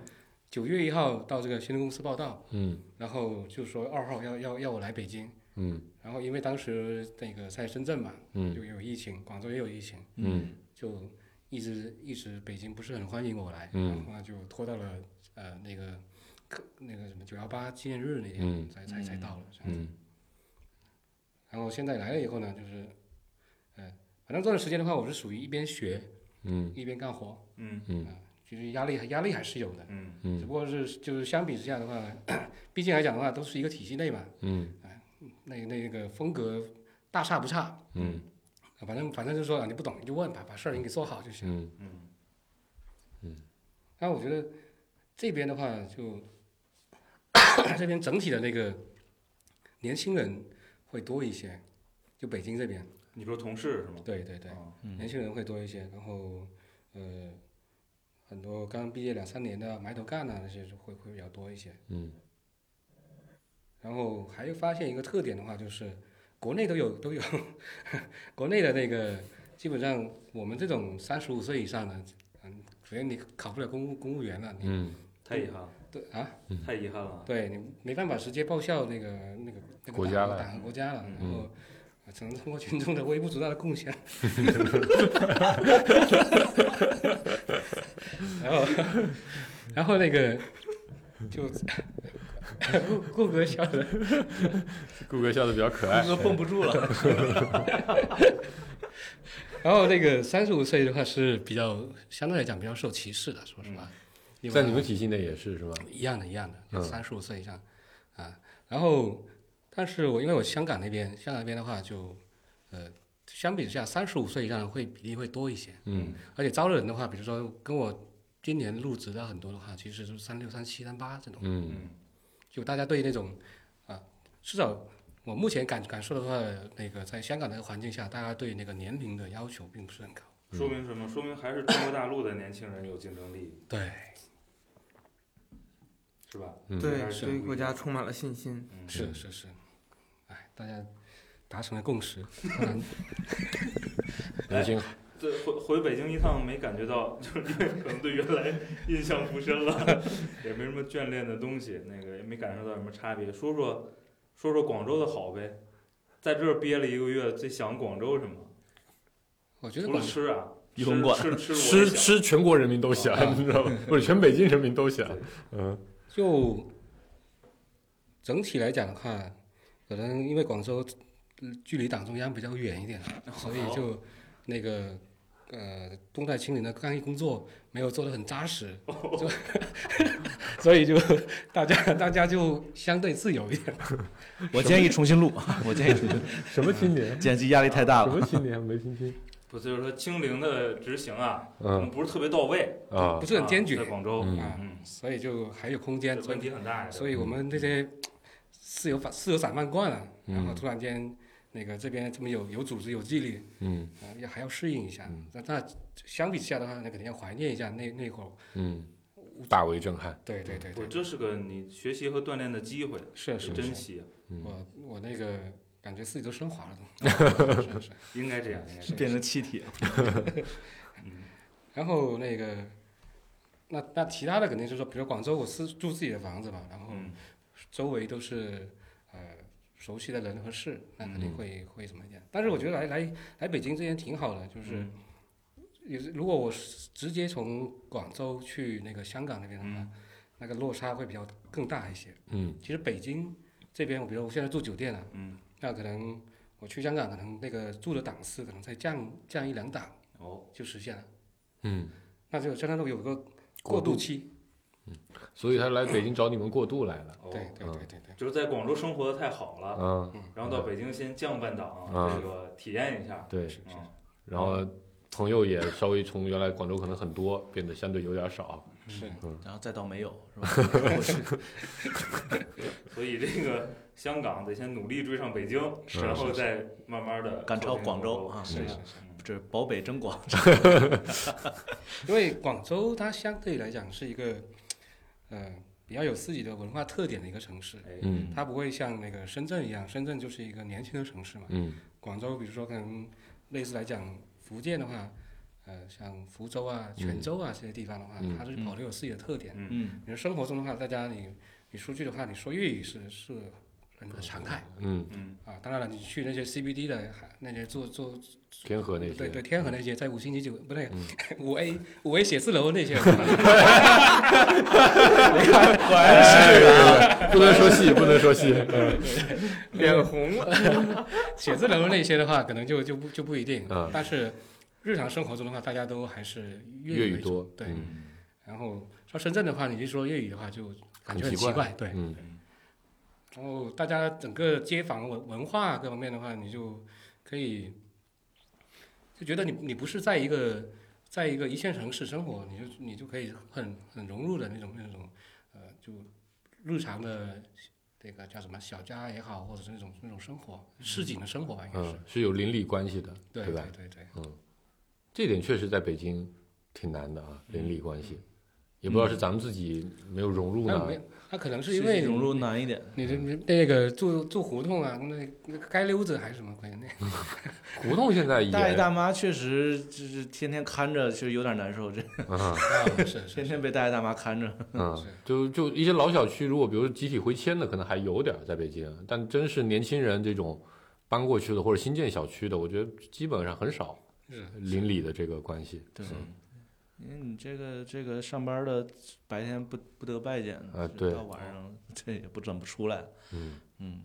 九月一号到这个新闻公司报道，嗯然后就说二号要要要我来北京，嗯然后因为当时那个在深圳嘛，嗯就有疫情，广州也有疫情，嗯就一直一直北京不是很欢迎我来，嗯然后呢就拖到了呃那个可那个什么九幺八纪念日那天、嗯才才才到了，这样子嗯然后现在来了以后呢，就是，呃，反正这段时间的话，我是属于一边学嗯一边干活，啊嗯嗯其实压力还压力还是有的，嗯，只不过是就是相比之下的话， [clears throat] 毕竟来讲的话都是一个体系内嘛，啊嗯那那个风格大差不差，嗯反正反正就是说啊，你不懂你就问，把把事儿你给做好就行。嗯嗯嗯但我觉得这边的话就， [coughs] 这边整体的那个年轻人会多一些，就北京这边，你说同事是吗？对对对。哦年轻人会多一些，然后呃，很多刚毕业两三年的埋头干啊那些就会会比较多一些。嗯然后还有发现一个特点的话，就是国内都有都有， [laughs] 国内的那个基本上我们这种三十五岁以上的，嗯，只要你考不了公务公务员了，你嗯太遗憾了，对啊，太遗憾了，对你没办法直接报效那个那个那个国家党了党和国家了，然嗯后只能通过群众的微不足道的 [laughs] 贡献，然后然后那个就 [laughs] 顾顾哥笑的，顾哥笑的比较可 [laughs] 爱，都绷不住了。然后那个三十五岁的话是比较相对来讲比较受歧视的，说实话，因为嗯在你们体系内也是是吧？一样的，一样的，嗯就三十五岁以上，啊，然后，但是我因为我香港那边，香港那边的话就，呃，相比之下，三十五岁以上的会比例会多一些，嗯而且招的人的话，比如说跟我今年入职的很多的话，其实就是三六、三七、三八这种，嗯嗯就大家对那种，啊，至少我目前感感受的话，那个在香港的环境下，大家对那个年龄的要求并不是很高，说明什么？说明还是中国大陆的年轻人有竞争力。对，是吧？嗯对，是对国家充满了信心。嗯，是是是，哎，大家达成了共识，不人然心对，回回北京一趟没感觉到，就是因为可能对原来印象不深了，也没什么眷恋的东西，那个也没感受到什么差别。说说说说广州的好呗，在这儿憋了一个月，最想广州什么？我觉得除广了吃啊，一龙馆吃吃吃我也想，吃吃全国人民都想，啊你知道吗？不是全北京人民都想，嗯，就整体来讲的话，可能因为广州嗯距离党中央比较远一点，所以就那个呃动态清零的抗疫工作没有做得很扎实，就 [laughs] 所以就大家大家就相对自由一点。我建议重新录，我建议重新录什么青年？剪辑压力太大什了。么青年？没听清。不就是说清零的执行啊，嗯不是特别到位，啊不，是很坚决啊在广州，嗯啊嗯，所以就还有空间这。问题很大呀，所以我们这些自由反自由散漫惯了，嗯然后突然间那个这边这么有有组织有纪律，嗯啊，要还要适应一下嗯。那那相比之下的话，那肯定要怀念一下那那会儿。嗯，大为震撼。对对对我对，这是个你学习和锻炼的机会，是是得珍是，惜，啊嗯，我我那个感觉自己都升华了都。是是是。应该这样，应该这变样，成气体，嗯然后那个，那那其他的肯定就是说，比如广州我是住自己的房子嘛，然后嗯，周围都是呃熟悉的人和事，那肯定嗯会会什么一点。但是我觉得来来来北京这边挺好的，就是也是如果我是直接从广州去那个香港那边的话嗯，那个落差会比较更大一些。嗯其实北京这边，我比如我现在住酒店了，嗯，那可能我去香港，可能那个住的档次可能再降降一两档哦，就实现了，嗯，那就相当于有一个过渡期。所以他来北京找你们过渡来了。哦对对嗯对对对，就是在广州生活的太好了，嗯，然后到北京先降半档，嗯这个体验一下，对，嗯，然后朋友也稍微从原来广州可能很多，变得相对有点少。是然后再到没有，是吧？所以这个香港得先努力追上北京，是然后再慢慢的赶超广州啊！是是是，嗯这保北争广，因为广州它相对来讲是一个，呃，比较有自己的文化特点的一个城市。哎，嗯它不会像那个深圳一样，深圳就是一个年轻的城市嘛。嗯广州，比如说可能类似来讲，福建的话，呃，像福州啊、泉州啊这些地方的话，嗯它是保留有自己的特点。嗯嗯，你的生活中的话，大家你你出去的话，你说粤语是是人的常态嗯，嗯，啊。当然了，你去那些 CBD 的还那些做做天河那些对对，天河那些在五星级酒不对嗯 [laughs] 五 A 五 A 写字楼那些， [laughs] 哎不能说戏，不能说戏。脸红了，写字楼那些的话，可能就就不就不一定嗯。但是日常生活中的话，大家都还是粤语语为主多，对。嗯然后说深圳的话，你一说粤语的话，就感很觉很奇怪奇怪，对。嗯然后大家整个街坊文文化各方面的话，你就可以就觉得你你不是在一个在一个一线城市生活，你就你就可以很很融入的那种那种呃，就日常的这个叫什么小家也好，或者是那种那种生活市井的生活吧，应该是嗯，是有邻里关系的，对吧？对对，这点确实在北京挺难的啊，邻里关嗯系，也不知道是咱们自己没有融入那呢没，有那可能是是因为融入难一点，你的你那个住住胡同啊，那那个街溜子还是什么鬼那胡同现在也大爷大妈确实就是天天看着，就有点难受，这 [laughs] 嗯啊，是天是是天被大爷大妈看着。嗯 [laughs] 是，就就一些老小区，如果比如说集体回迁的，可能还有点儿在北京，但真是年轻人这种搬过去的或者新建小区的，我觉得基本上很少是，邻里的这个关系。对，因为你这个这个上班的白天不不得拜见，啊这对到晚上这也不怎么出来。嗯，嗯，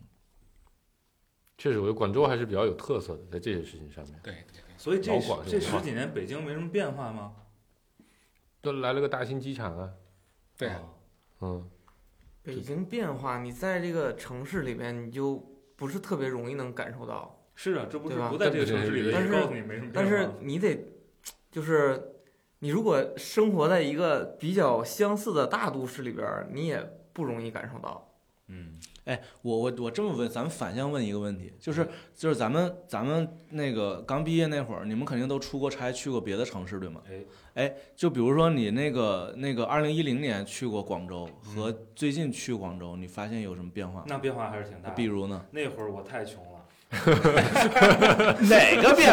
确实，我觉得广州还是比较有特色的，在这些事情上面。对对。所以这老广这这种十几年北京没什么变化吗？都来了个大兴机场啊，对啊，啊嗯，北京变化，你在这个城市里面，你就不是特别容易能感受到。是啊，这不是对吧不在这个城市里的，但也是告诉你没什么变但化，是你得，就是你如果生活在一个比较相似的大都市里边儿，你也不容易感受到。嗯，我我我这么问，咱们反向问一个问题，就是就是咱们咱们那个刚毕业那会儿，你们肯定都出过差，去过别的城市，对吗？哎，就比如说你那个那个二零一零年去过广州和嗯最近去广州，你发现有什么变化吗？那变化还是挺大的。比如呢？那会儿我太穷 [laughs] 了，哪个变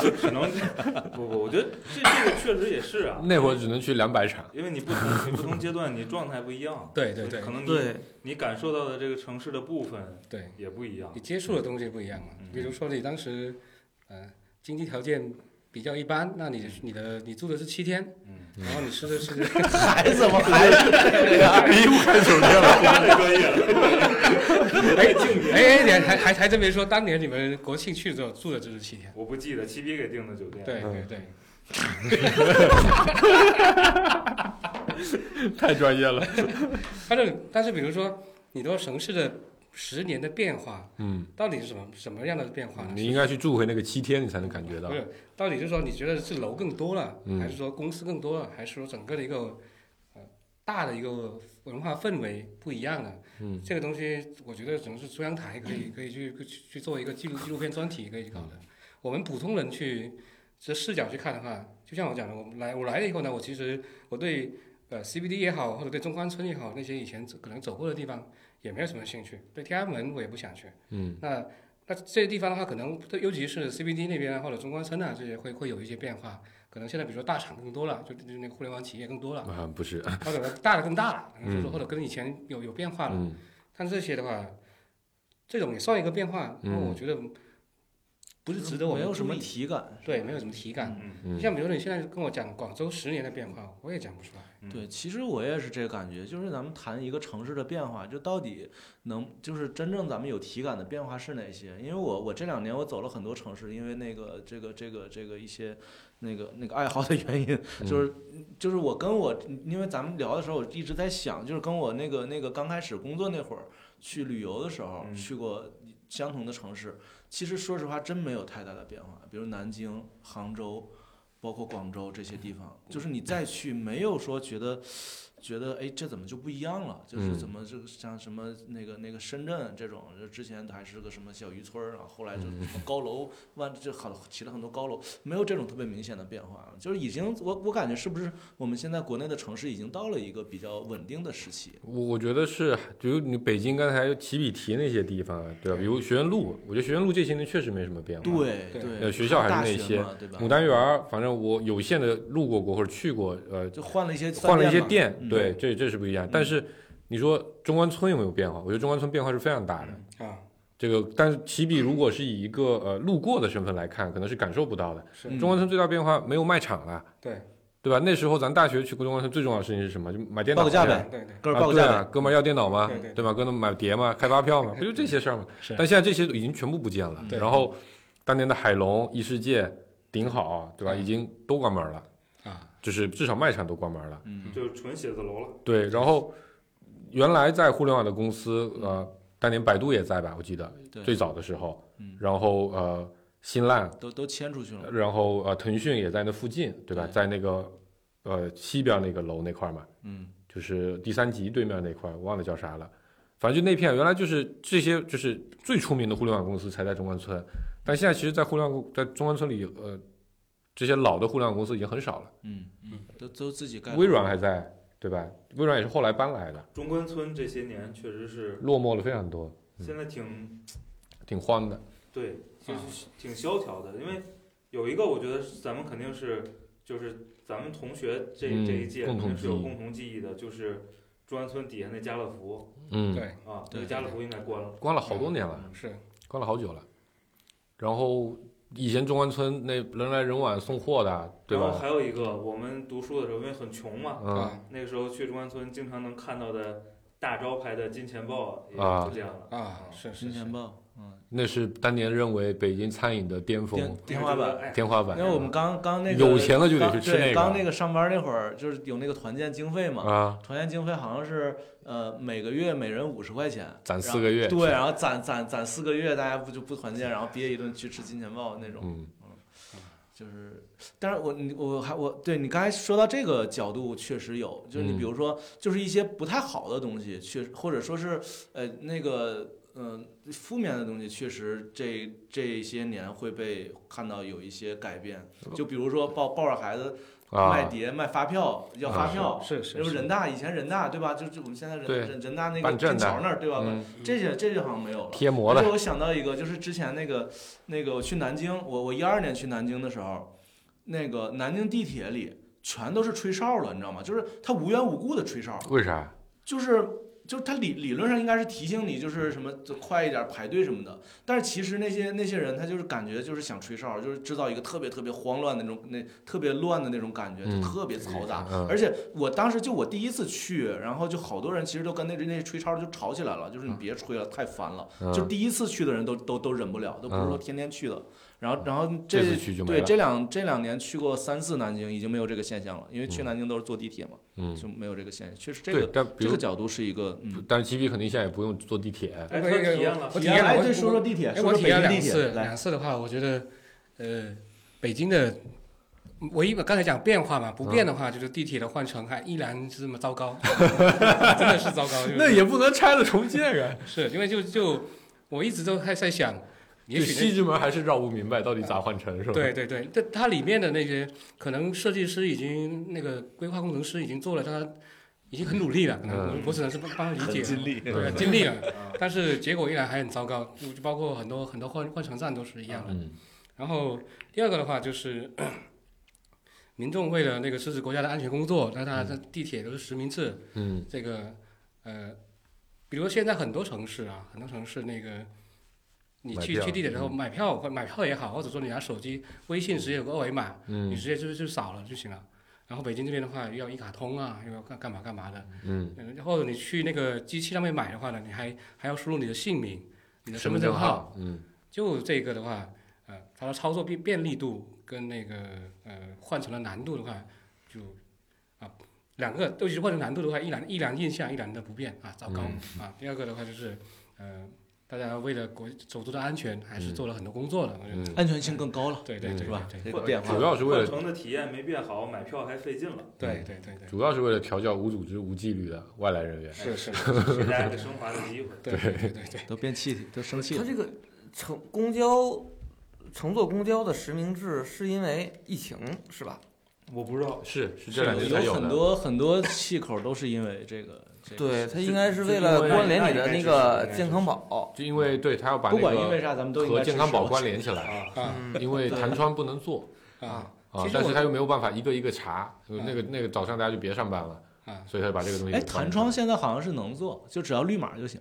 [laughs] 只能不不，我觉得这这个确实也是啊，那会儿只能去两百场， [laughs] 因为你不同你不同阶段你状态不一样，对对对可能你对，你感受到的这个城市的部分对，也不一样你。接触的东西不一样嘛。嗯比如说你当时，呃，经济条件比较一般，那你你的你住的是七天， [laughs] 嗯， [laughs] 然后你吃的是还怎么还是这样？离不开酒店了。太专业了，哎哎哎，你还还还真别说，当年你们国庆去的时候住的就是七天。我不记得七 B 给订的酒店。对对对，太专业了。但是但是比如说你说城市的十年的变化，嗯，到底是什么什么样的变化呢？你应该去住回那个七天，你才能感觉到不。是，到底是说你觉得是楼更多了，嗯还是说公司更多了，还是说整个的一个呃大的一个文化氛围不一样了？嗯，这个东西我觉得只能是中央台可 [laughs] 以可以去去去做一个纪录纪录片专题可以去搞的。嗯我们普通人去这视角去看的话，就像我讲的，我来我来了以后呢，我其实我对呃 CBD 也好，或者对中关村也好，那些以前走可能走过的地方也没有什么兴趣，对天安门我也不想去。嗯，那那这些地方的话，可能对尤其是 CBD 那边啊或者中关村啊这些会会有一些变化。可能现在比如说大厂更多了，就就那个互联网企业更多了， [laughs] 啊，不是，或者大的更大了，嗯就是说或者跟以前有有变化了。嗯，但这些的话，这种也算一个变化，嗯那我觉得不是值得我没们有什么注意体感。对，没有什么体感。嗯，嗯像比如说你现在跟我讲广州十年的变化，我也讲不出来。嗯对，其实我也是这个感觉，就是咱们谈一个城市的变化，就到底能就是真正咱们有体感的变化是哪些？因为我我这两年我走了很多城市，因为那个这个这个这个一些那个那个爱好的原因，嗯 [laughs] 就是就是我跟我，因为咱们聊的时候，我一直在想，就是跟我那个那个刚开始工作那会儿去旅游的时候，嗯去过相同的城市，其实说实话真没有太大的变化。比如南京、杭州，包括广州这些地方，就是你再去，没有说觉得觉得哎这怎么就不一样了？就是嗯怎么这个像什么那个那个深圳这种，就之前还是个什么小渔村儿，然后后来就什么高楼万就很起了很多高楼，没有这种特别明显的变化，就是已经我我感觉是不是我们现在国内的城市已经到了一个比较稳定的时期？我我觉得是，比如你北京刚才起笔提那些地方啊，对吧？比如学院路，我觉得学院路这些年确实没什么变化。，对对对，呃学校还是大那学些嘛对吧？牡丹园儿，反正我有限的路过过或者去过，呃，就换了一些饭换了一些嘛店，嗯对，这这是不一样。但是你说中关村有没有变化？我觉得中关村变化是非常大的。啊，这个，但是起笔如果是以一个呃路过的身份来看，可能是感受不到的。是嗯中关村最大变化没有卖场了，对对吧？那时候咱大学去中关村最重要的事情是什么？就买电脑报个价去呗对对，哥们啊儿报个对价啊呗，，哥们儿要电脑吗？对对对吧？哥们儿买碟吗？开发票吗？不就这些事儿吗？是但现在这些已经全部不见了。对然后，当年的海龙、异世界、顶好，对吧？嗯已经都关门了，啊，就是至少卖场都关门了。嗯，就是纯写字楼了。对，然后原来在互联网的公司，嗯呃，当年百度也在吧？我记得对最早的时候嗯，然后呃，新浪，都都迁出去了，然后呃，腾讯也在那附近，对吧？对在那个呃西边那个楼那块儿嘛。嗯，就是第三集对面那块，我忘了叫啥了。反正就那片，原来就是这些，就是最出名的互联网公司才在中关村，但现在其实，在互联网公在中关村里，呃，这些老的互联网公司已经很少了。嗯嗯，都都自己盖。微软还在，对吧？微软也是后来搬来的，中关村这些年确实是落寞了非常多，嗯现在挺挺慌的。对，啊就是挺萧条的，因为有一个我觉得咱们肯定是就是咱们同学这嗯这一届肯共同定是有记忆共同记忆的，就是中关村底下那家乐福嗯，对啊，那对个家乐福应该关了。关了好多年了，是关了好久了。然后以前中关村那人来人往送货的，对然后吧？还有一个，我们读书的时候因为很穷嘛，嗯，啊那个时候去中关村经常能看到的大招牌的金钱豹也啊就这样了。啊是是金是钱，豹，嗯，那是当年认为北京餐饮的巅天峰、天花板。哎，天花因板。为我们刚刚那个有钱了就得刚去吃对那个刚那个上班那会儿，就是有那个团建经费嘛，啊，团建经费好像是呃每个月每人五十块钱，攒然四个月对，然后攒攒攒四个月，大家不就不团建，然后憋一顿去吃金钱豹那种。嗯，就是，但是我你我还我对你刚才说到这个角度确实有，就是你嗯比如说，就是一些不太好的东西，确实或者说是呃那个嗯、负面的东西，确实这这些年会被看到有一些改变，就比如说抱抱着孩子卖哦啊，碟、卖发票要发啊票，是是就是是人大以前人大对吧？就是我们现在人对人人大那个办证天桥的那儿对吧？嗯，这些这些好像没有了。贴膜而的且我想到一个，就是之前那个那个我去南京，我我一二年去南京的时候，那个南京地铁里全都是吹哨了，你知道吗？就是他无缘无故的吹哨，为啥？就是就是他理理论上应该是提醒你，就是什么就快一点排队什么的，但是其实那些那些人他就是感觉就是想吹哨，就是制造一个特别特别慌乱的那种那特别乱的那种感觉，嗯就特别嘈杂。嗯啊而且我当时就我第一次去，然后就好多人其实都跟那那些吹哨就吵起来了，就是你别吹了，太烦了。嗯就第一次去的人都都都忍不了，都不是说天天去的。然后，然后这这次去就没对了这两这两年去过三次南京，已经没有这个现象了，因为去嗯南京都是坐地铁嘛，嗯，就没有这个现象。确实，这对个，但比这如个角度是一个，嗯，但是 G B 肯定现在也不用坐地 [laughs] 铁，哎，我说也体验了，我体验了，哎，我对，我说说地铁，哎，说我说体北验京两地铁次，来两。次的话，我觉得，呃，北京的唯一刚才讲变化嘛，不嗯变的话就是地铁的换乘还依然是这么 [laughs] 糟糕，真的是糟糕。就是、那也不能拆了重建啊。是因为就就我一直都还在想，也就许西直门还是绕不明白到底咋换乘是那吧？对对对，它它里面的那些可能设计师已经那个规划工程师已经做了他。已经很努力了，可能嗯我我只能是帮帮他理解，力，对，尽力了，啊 [laughs] 但是结果依然还很糟糕，就就包括很多很多换换乘站都是一样的。嗯，然后第二个的话就是， [coughs] 民众为了那个支持国家的安全工作，那它的地铁都是实名制，嗯这个呃，比如现在很多城市啊，很多城市那个。你买去票去地铁的时候嗯买票，或买票也好，或者说你拿手机微信直接有个二维码，你嗯直接就就扫了就行了。然后北京这边的话，要一卡通啊，又要干干嘛干嘛的，嗯，嗯，然后你去那个机器上面买的话呢，你还还要输入你的姓名、你的身份证证号。，嗯就这个的话，呃，它的操作便便利度跟那个呃换乘的难度的话，就啊两个都是换乘难度的话，依然依然印象依然的不变啊，糟糕、啊。第二个的话就是呃，大家为了国首都的安全，还是嗯做了很多工作的，我觉得。嗯，安全性更高了，对对嗯对是吧对？这对个变化主要是为换了乘的体验没变好，买票还费劲了，对嗯对对对，主要是为了调教无组织无纪律的外来人员。是是，给大家一个升华的机会。对对对对。都变气体，都生气他了。这个乘公交乘坐公交的实名制是因为疫情是吧？我不知道，是是这两年才有很的，多很多气口都是因为这个，这个对，事它应该是为了关联你的那个健康宝。就因为对他要把不那管因为个啥，咱们都应该和健康宝关支联起来，啊，啊嗯因为对弹窗不能做啊啊其，实但我是他又没有办法一个一个查，那个那个早上大家就别上班了，啊！所以他就把这个东持。西哎，给关弹了窗现在好像是能做，就只要绿码就行。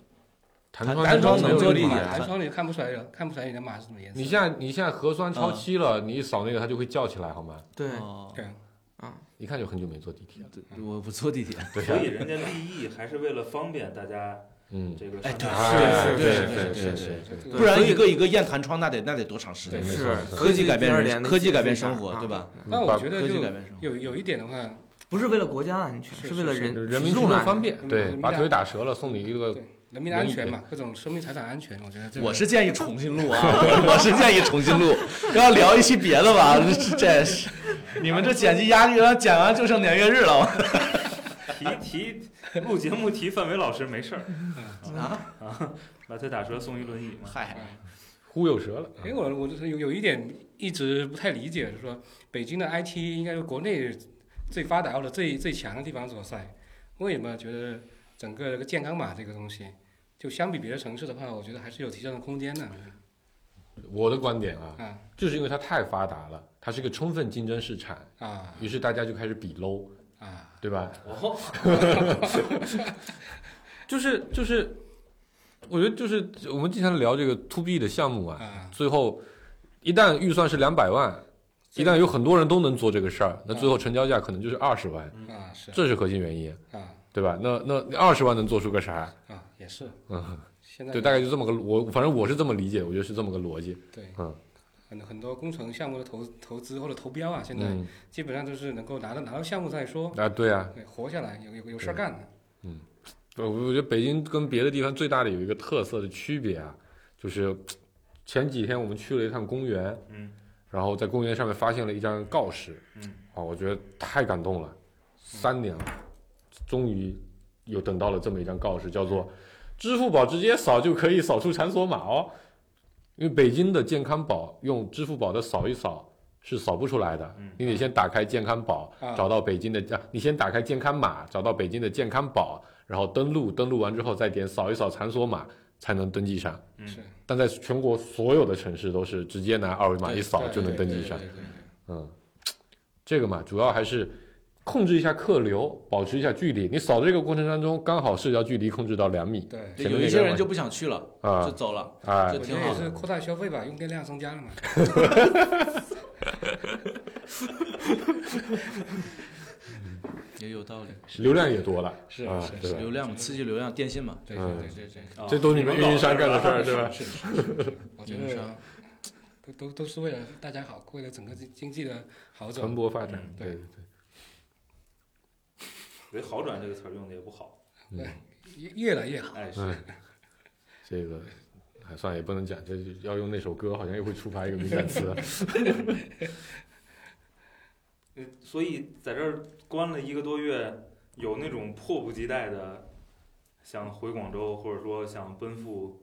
弹窗弹窗没能有做绿理码解呀弹窗你看不出来的，看不出来你的码是什么颜色。你现在你现在核酸超期了，你一扫那个它就会叫起来，好吗？对哦，对一看就很久没坐地铁了。对我不坐地铁。对所呀以，人家立意还是为了方便大家嗯，这个哎上下是班。哎是对对是是对是对对这对个不然一个一个验弹窗，那得那得多长时间对？没是错科技改变人第二点的科技改解变释法生活啊对吧但我觉科得技就改变生活。有有一点的话，不是为了国家安全，是是为了是把人人民群出众门安方全。便，对，把腿打折了送你一个对人民的安全嘛，各种生命财产安全，我觉得这个我是建议重新 [laughs] 录啊，我是建议重新录，要聊一期别的吧。这是你们这剪辑压力，剪完就剩年月日了。提提录节目提范伟老师没事儿啊，啊，把腿打折送一轮椅嘛。嗨，忽悠折了。因为哎我我就是有有一点一直不太理解，就是说北京的 IT 应该是国内最发达或者最最强的地方所在，为什么觉得整个这个健康码这个东西，就相比别的城市的话，我觉得还是有提升的空间的。我的观点啊，啊就是因为它太发达了，它是一个充分竞争市场，啊于是大家就开始比 low，啊！对吧？ [laughs] 哦，就是就是，我觉得就是我们经常聊这个 to B 的项目啊，啊最后一旦预算是两百万，一旦有很多人都能做这个事儿，那最后成交价可能就是二十万，啊是这是核心原因，啊对吧？那那二十万能做出个啥？啊也是，嗯，现在对，大概就这么个我，反正我是这么理解，我觉得是这么个逻辑。对，嗯很很多工程项目的投投资或者投标啊，现在嗯，基本上都是能够拿到拿到项目再说，啊，对啊，对，活下来有有有事儿干。我呃我觉得北京跟别的地方最大的有一个特色的区别啊，就是前几天我们去了一趟公园，嗯，然后在公园上面发现了一张告示，嗯，啊，我觉得太感动了，三年了，终于又等到了这么一张告示，叫嗯做“支付宝直接扫就可以扫出场所码哦”，因为北京的健康宝用支付宝的扫一扫是扫不出来的，嗯你得先打开健康宝，啊找到北京的，啊、你先打开健康码，找到北京的健康宝，然后登录，登录完之后再点扫一扫场所码才能登记上。嗯是但在全国所有的城市都是直接拿二维码一扫就能登记上对。对对对对嗯，这个嘛，主要还是控制一下客流，保持一下距离。你扫这个过程当中，刚好社交距离控制到两米对对前面有一那些个人嘛就不想去了，就啊走了，啊这！我挺觉得好也的。是扩大消费吧，用电量增加了嘛。也有道理。流量也多了，是啊是，对吧流量刺激流量，电信嘛，对嗯对对对啊这都是你们运营商干的事儿，对吧？是是是是，我觉运营得商都都都是为了大家好，为了整个经经济的好转蓬。勃发展，嗯对对我觉得“好转”这个词儿用的也不好，对，嗯。越越来越好。哎，是嗯，这个还算也不能讲，这就要用那首歌，好像又会触发一个敏感词。啊呃所以在这儿关了一个多月，有那种迫不及待的想回广州，或者说想奔赴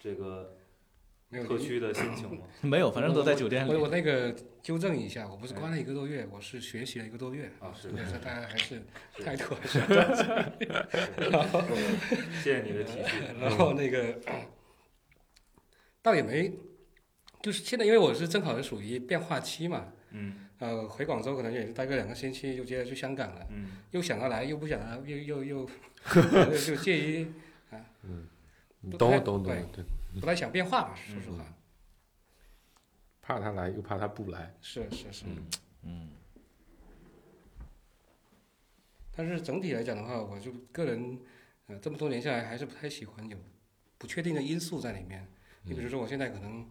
这个没有特区 [clears throat] 的心情吗？没有，反正都在酒店我里我。那个纠正一下，我不是关了一个多月，我是学习了一个多月。啊，是所以，说大家还是是态度还是，谢谢你的提示。然后那个倒也没，就是现在因为我是正好是属于变化期嘛，嗯呃，回广州可能也就待个两个星期，又接着去香港了，嗯，又想要来，又不想来，又又又就就介于懂懂懂，对，不太想变化嘛，说实话，嗯怕他来又怕他不来，是是是，嗯，但是整体来讲的话，我就个人，呃，这么多年下来还是不太喜欢有不确定的因素在里面。你比如说，我现在可能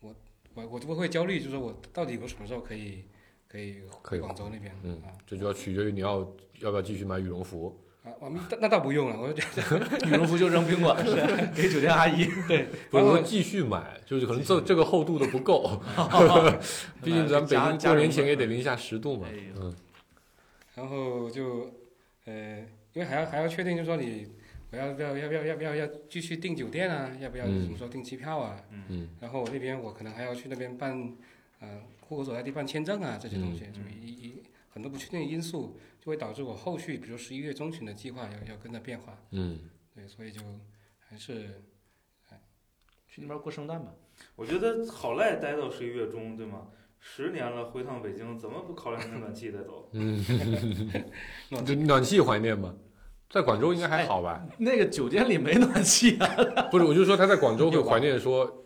我我我就会焦虑，就是说我到底我什么时候可以可以可以回广州那边嗯啊这就要取决于你要要不要继续买羽绒服。啊，我们那那倒不用了，我就觉得羽绒服就扔宾 [laughs] 馆，给酒店阿姨。对，不然是后说继续买，就是可能这这个厚度的不够，毕竟咱们北加京加过年绒前的也得零下十度嘛哎。呦嗯，然后就呃，因为还要还要确定，就是说你我要不要要不要要不要要继续订酒店啊，要不要嗯什么时候订机票啊？嗯然后我那边我可能还要去那边办，呃，户口所在地办签证啊这些东西，嗯就一一很多不确定的因素，就会导致我后续，比如十一月中旬的计划要要跟着变化，嗯，对，所以就还是去那边过圣诞吧。我觉得好赖待到十一月中，对吗？十年了，回趟北京，怎么不考量暖气再 [laughs] 走？就嗯暖气怀念吗？在广州应该还好吧？那个酒店里没暖气啊，不是，我就说他在广州会怀念说，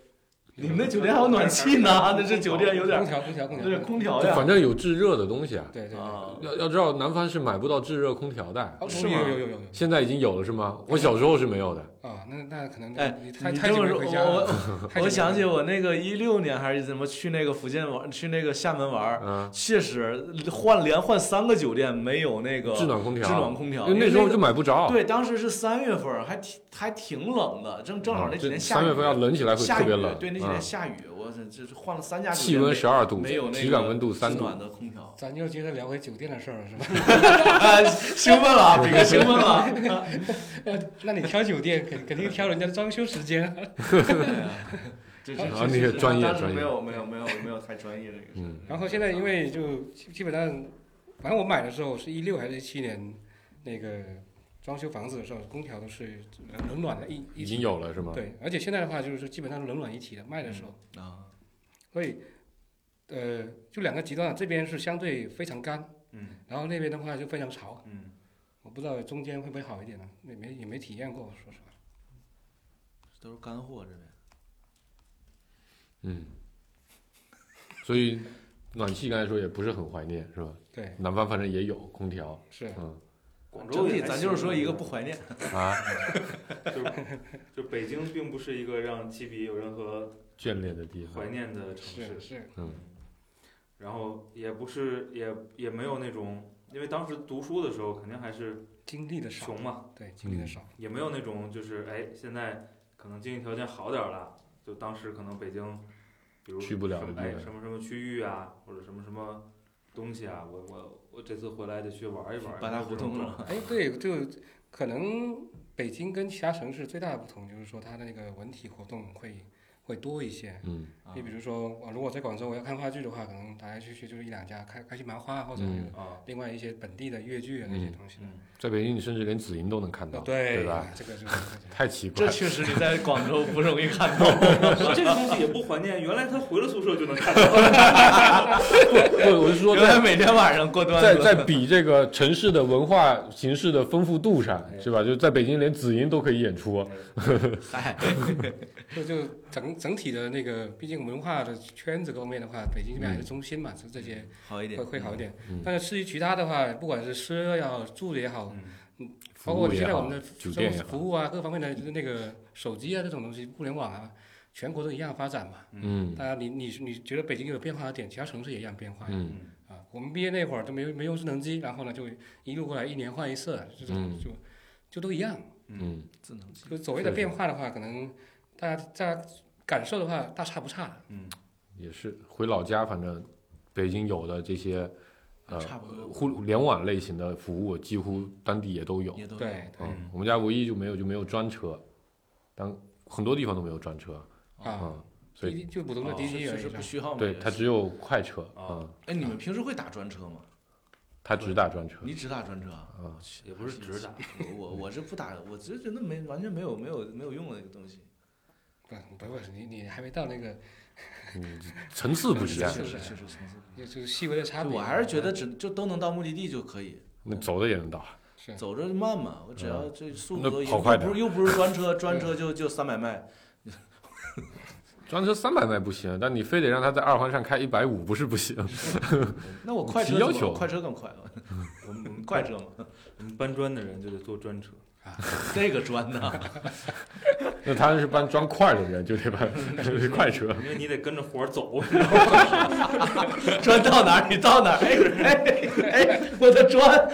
你们那酒店还有暖气 [laughs] 呢，那这酒店有空点调空调空有点调，空调就呀。反正有制热的东西啊。对对对，哦啊，要要知道，南方是买不到制热空调的，哦是有吗有有有有现在已经有了是吗？我小时候是没有的。啊，那那可能哎你太你太这久么没说，回家了，我太我我久没想回起家了，我那个一六年还是怎么去那个福建玩，去那个厦门玩，嗯，确实换连换三个酒店没有那个制暖空调，制暖空调，因为那时因候为就买不着。对，当时是三月份，还挺还挺冷的，正正好那几这天下雨，啊三月份要冷起来会下特雨别冷，对，那几嗯天下雨，我这这是换了三家酒气店温没十二度没有，那个体感温度三制度。暖的空调 [laughs] 咱又接着聊回酒店的事儿了，是吧？ [laughs] 啊兴奋了，比哥兴奋了。那你挑酒店肯肯定挑人家的装修时间啊。这啊你也专业专业没有没有没有没有太专业这个事。嗯然后现在因为就基基本上，反正我买的时候是一六还是一七年，那个装修房子的时候，空调都是冷冷暖的一一已经体。有了是吗？对，而且现在的话就是基本上是冷暖一体的，卖的时候，啊，所以，呃，就两个极端啊，这边是相对非常干，嗯然后那边的话就非常潮，嗯，我不知道中间会不会好一点呢、也没也没体验过，说实话。都是干货这边。嗯，所以暖气刚才说也不是很怀念是吧？对，南方反正也有空调，是嗯广州整体也还咱就是行说一个不怀念，啊，就北京并不是一个让七比有任何眷恋的地方怀。念的城市是，是，然后也不是也也没有那种，因为当时读书的时候肯定还是经历的少穷，嘛，嗯对，经历的少，也没有那种就是哎现在可能经济条件好点儿了，就当时可能北京比如去不了的什么地哎方什么什么区域啊，或者什么什么东西啊，我我我这次回来得去玩一玩。八大胡同了。了，哎，对，就可能北京跟其他城市最大的不同就是说，它的那个文体活动会会多一些。嗯，啊你比如说，啊，如果在广州我要看话剧的话，可能来来去去就是一两家，开开心麻花或者嗯啊，另外一些本地的粤剧啊那些嗯东西。嗯，在北京你甚至连紫菱都能看到，啊，对，吧？这个就是这个太奇怪这了，确实你在广州不容易看到。这个东西也不怀念，原来他回了宿舍就能看到。不，我是说原来在每天晚上过端在午在比这个城市的文化形式的丰富度上，是吧？就在北京连紫菱都可以演出，嗨，就就整整体的那个，毕竟文化的圈子方面的话，北京这边还是中心嘛，就这些好一点会会好一点嗯。但是至于其他的话，不管是吃也好，住的也好，嗯服包括务现也在我好们的，酒生店也活好，服务啊，各方面的那个手机啊这种东西，互联网啊，全国都一样发展嘛。嗯大家你你你觉得北京有变化的点，其他城市也一样变化呀。嗯。嗯啊，我们毕业那会儿都没有没用智能机，然后呢就一路过来一年换一次，就这种嗯就就都一样。嗯，智能机就所谓的是变是化的话，可能大家大家感受的话，大差不差。嗯，也是回老家，反正北京有的这些呃差不多互联网类型的服务，几乎当地也都有。也都有对，嗯嗯，我们家唯一就没有就没有专车，当很多地方都没有专车，啊，嗯，所以滴滴就普通的哦滴滴确而实已不啦。虚耗嘛。对也它是只有快车，哦啊嗯，哎，你们平时会打专车吗？它只打专车，你只打专车啊？嗯我去也不是直打，我我我这不打，我这真的没完全没有没有没有用的那个东西。不不不，你你还没到那个，嗯，层次不一样，确实确实层次不一就样。就是细微的差就别。啊我还是觉得只就都能到目的地就可以，那走的也能到，是走着慢嘛，我只要这速那度都一跑又快不是又不是专车，专 [laughs] 车就就三百迈，专车三百迈不行，但你非得让它在二环上开一百五，不是不行， [laughs] 那我快提车要怎么求快车更快， [laughs] 我们我们快车嘛，我们搬砖的人就得坐专车。这个专的，那他是搬砖块的人就得 [laughs] 搬快车，因为你得跟着活儿走，砖到哪儿你到哪儿，哎哎哎，我的砖，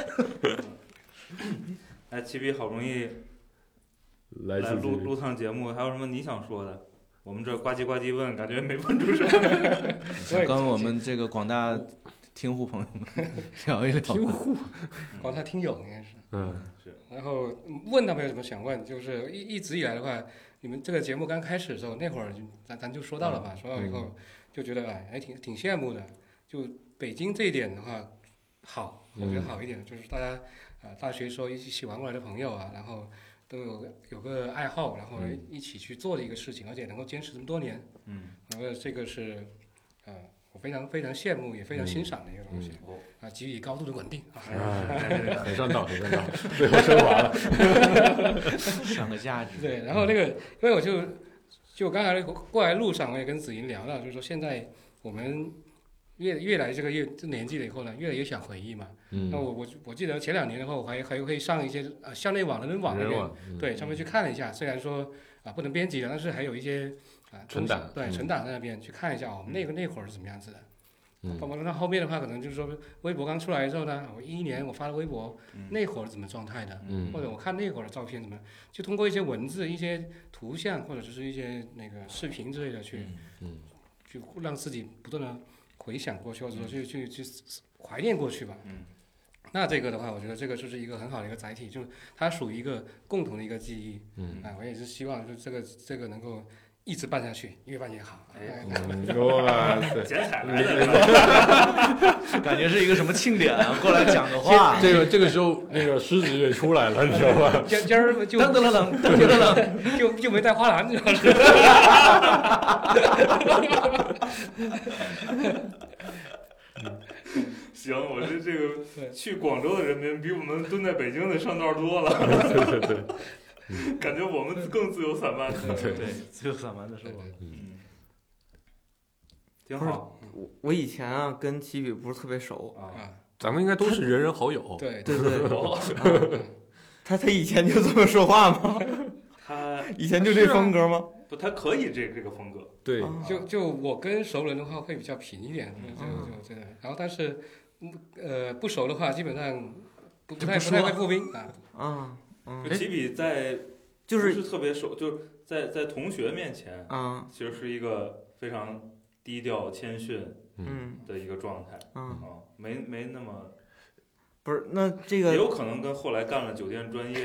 哎，七比好不容易来来自录于录趟节目，还有什么你想说的？我们这呱唧呱唧问，感觉没问出什么。对跟我们这个广大听户朋友们 [laughs] 聊一聊，听 [laughs] 户广大听友应该是。嗯。然后问他们有什么想问，就是一一直以来的话，你们这个节目刚开始的时候，那会儿就咱咱就说到了嘛，说到以后就觉得哎，还挺挺羡慕的。就北京这一点的话，好，我觉得嗯好一点，就是大家啊、呃大学时候一起玩过来的朋友啊，然后都有有个爱好，然后嗯一起去做的一个事情，而且能够坚持这么多年，嗯，我觉得这个是呃我非常非常羡慕也非常欣赏的一个东西、嗯啊，给予高度的肯定啊。哎，很上道，很上道， [laughs] 最后升华了。上个价值，对，然后那个，因为我就就刚才过来路上，我也跟子莹聊到，就是说现在我们越越来这个越这年纪了以后呢，越来越想回忆嘛。那嗯，我我我记得前两年的话，我还还会上一些呃校内网的人网那人边，网，嗯，对上面去看了一下，虽然说啊不能编辑了，但是还有一些啊存东西档对嗯存档在那边去看一下我们那个那会儿是怎么样子的。嗯包括那后面的话，可能就是说微博刚出来的时候呢，我一一年我发了微博，嗯那会儿怎么状态的？嗯或者我看那会儿的照片怎么，就通过一些文字、一些图像，或者就是一些那个视频之类的去，嗯去让自己不断的回想过去，或者嗯说去去去怀念过去吧。嗯，那这个的话，我觉得这个就是一个很好的一个载体，就是它属于一个共同的一个记忆。嗯啊，我也是希望就是这个这个能够一直办下去，越办越好。哎哎嗯，哇塞，剪 [laughs] 彩来的。感觉是一个什么庆典啊，过来讲个 [laughs] 话，这个这个时候那个狮子也出来了，你知道吧？ [laughs] 今今儿就噔噔噔噔噔噔噔 [laughs] 噔，就就没带花 [laughs] 篮，主要是。行，我觉得这对个去广州的人民比我们蹲在北京的上道多了，对对对，感觉我们更自由散漫。对，最后散完的是我。嗯，挺好我我以前啊跟七比不是特别熟，啊。啊， [laughs] 咱们应该都是人人好友， [laughs] 对对对，啊哦他他以前就这么说话吗？他以前就这风格吗？不，他可以这这个风格。 [laughs] 对啊就就我跟熟人的话会比较平一点，嗯就就真的。然后但是，嗯呃，不熟的话基本上不不就太不太不说会破冰啊。啊嗯就，起笔在就不是是特别熟，就是在在同学面前，啊其实是一个非常低调谦逊嗯的一个状态嗯，啊，没没那么，不是，那这也个有可能跟后来干了酒店专业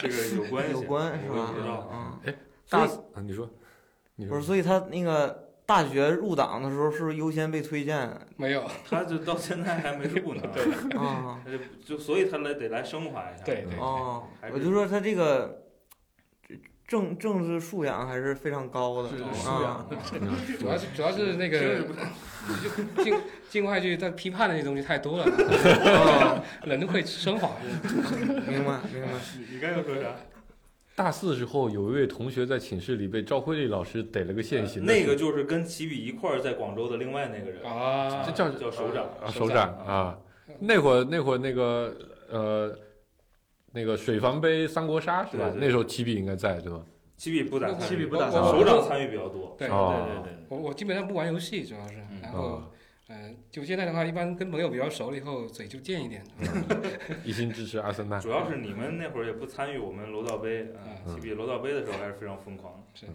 这个有关系，有关是我也吧不知？道。嗯，所大以啊，你说，你不说是，，所以他那个大学入党的时候是不是优先被推荐 [laughs] 没有，他就到现在还没入呢，啊？他就就所以他来得来升华一下。呃对对哦还，是我就说他这个政政治素养还是非常高的是啊素养主要是主要是那就是个就 [laughs] 境境外剧，但批判的那些东西太多了，啊 [laughs] 人会升华。明白明白。你你刚要说啥？大四时候有一位同学在寝室里被赵辉丽老师逮了个现行的事，那个就是跟齐比一块儿在广州的另外那个人，啊这，叫叫首长，啊手手掌掌啊，那会儿那会儿那个呃那个水房杯三国杀是吧对？对对那时候七比应该在对吧？齐比不咋参与，七比不咋参与首长参与比较多。对，哦对对我我基本上不玩游戏，主要是嗯，然后啊，呃，就现在的话，一般跟朋友比较熟了以后，嘴就贱一点。一心支持阿森纳主。要是你们那会儿也不参与我们楼道杯，啊，啊嗯齐比楼道杯的时候还是非常疯狂的，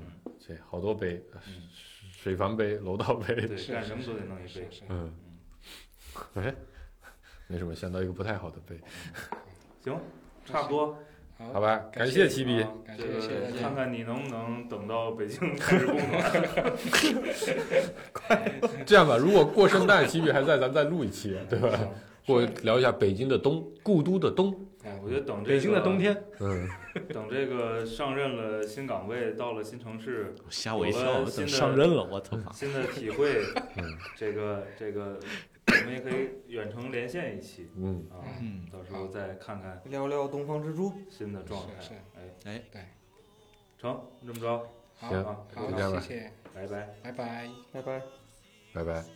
对，好多杯，嗯水房杯、楼道杯，对，是干什么都得弄一是杯。是嗯，哎，没什么，想到一个不太好的杯，行，差不多，好好，吧，感感谢谢七比，好感这谢谢谢大个家。看看你能不能等到北京开始供暖。这样吧，如果过圣诞七比还在，咱再录一期，啊对吧？行过聊一下北京的冬，故都的冬，哎我觉得等这个北京的冬，天，嗯，等这个上任了新岗位，到了新城市，吓我一跳我怎么上任了？我操！新的体会嗯，这个这个，我们也可以远程连线一期嗯，啊， [laughs] 嗯，到时候再看看聊聊东方之珠，新的状态是是。哎哎对，成，那么着，好行啊，就这样好，吧谢谢，拜拜。拜拜。拜拜。拜拜。心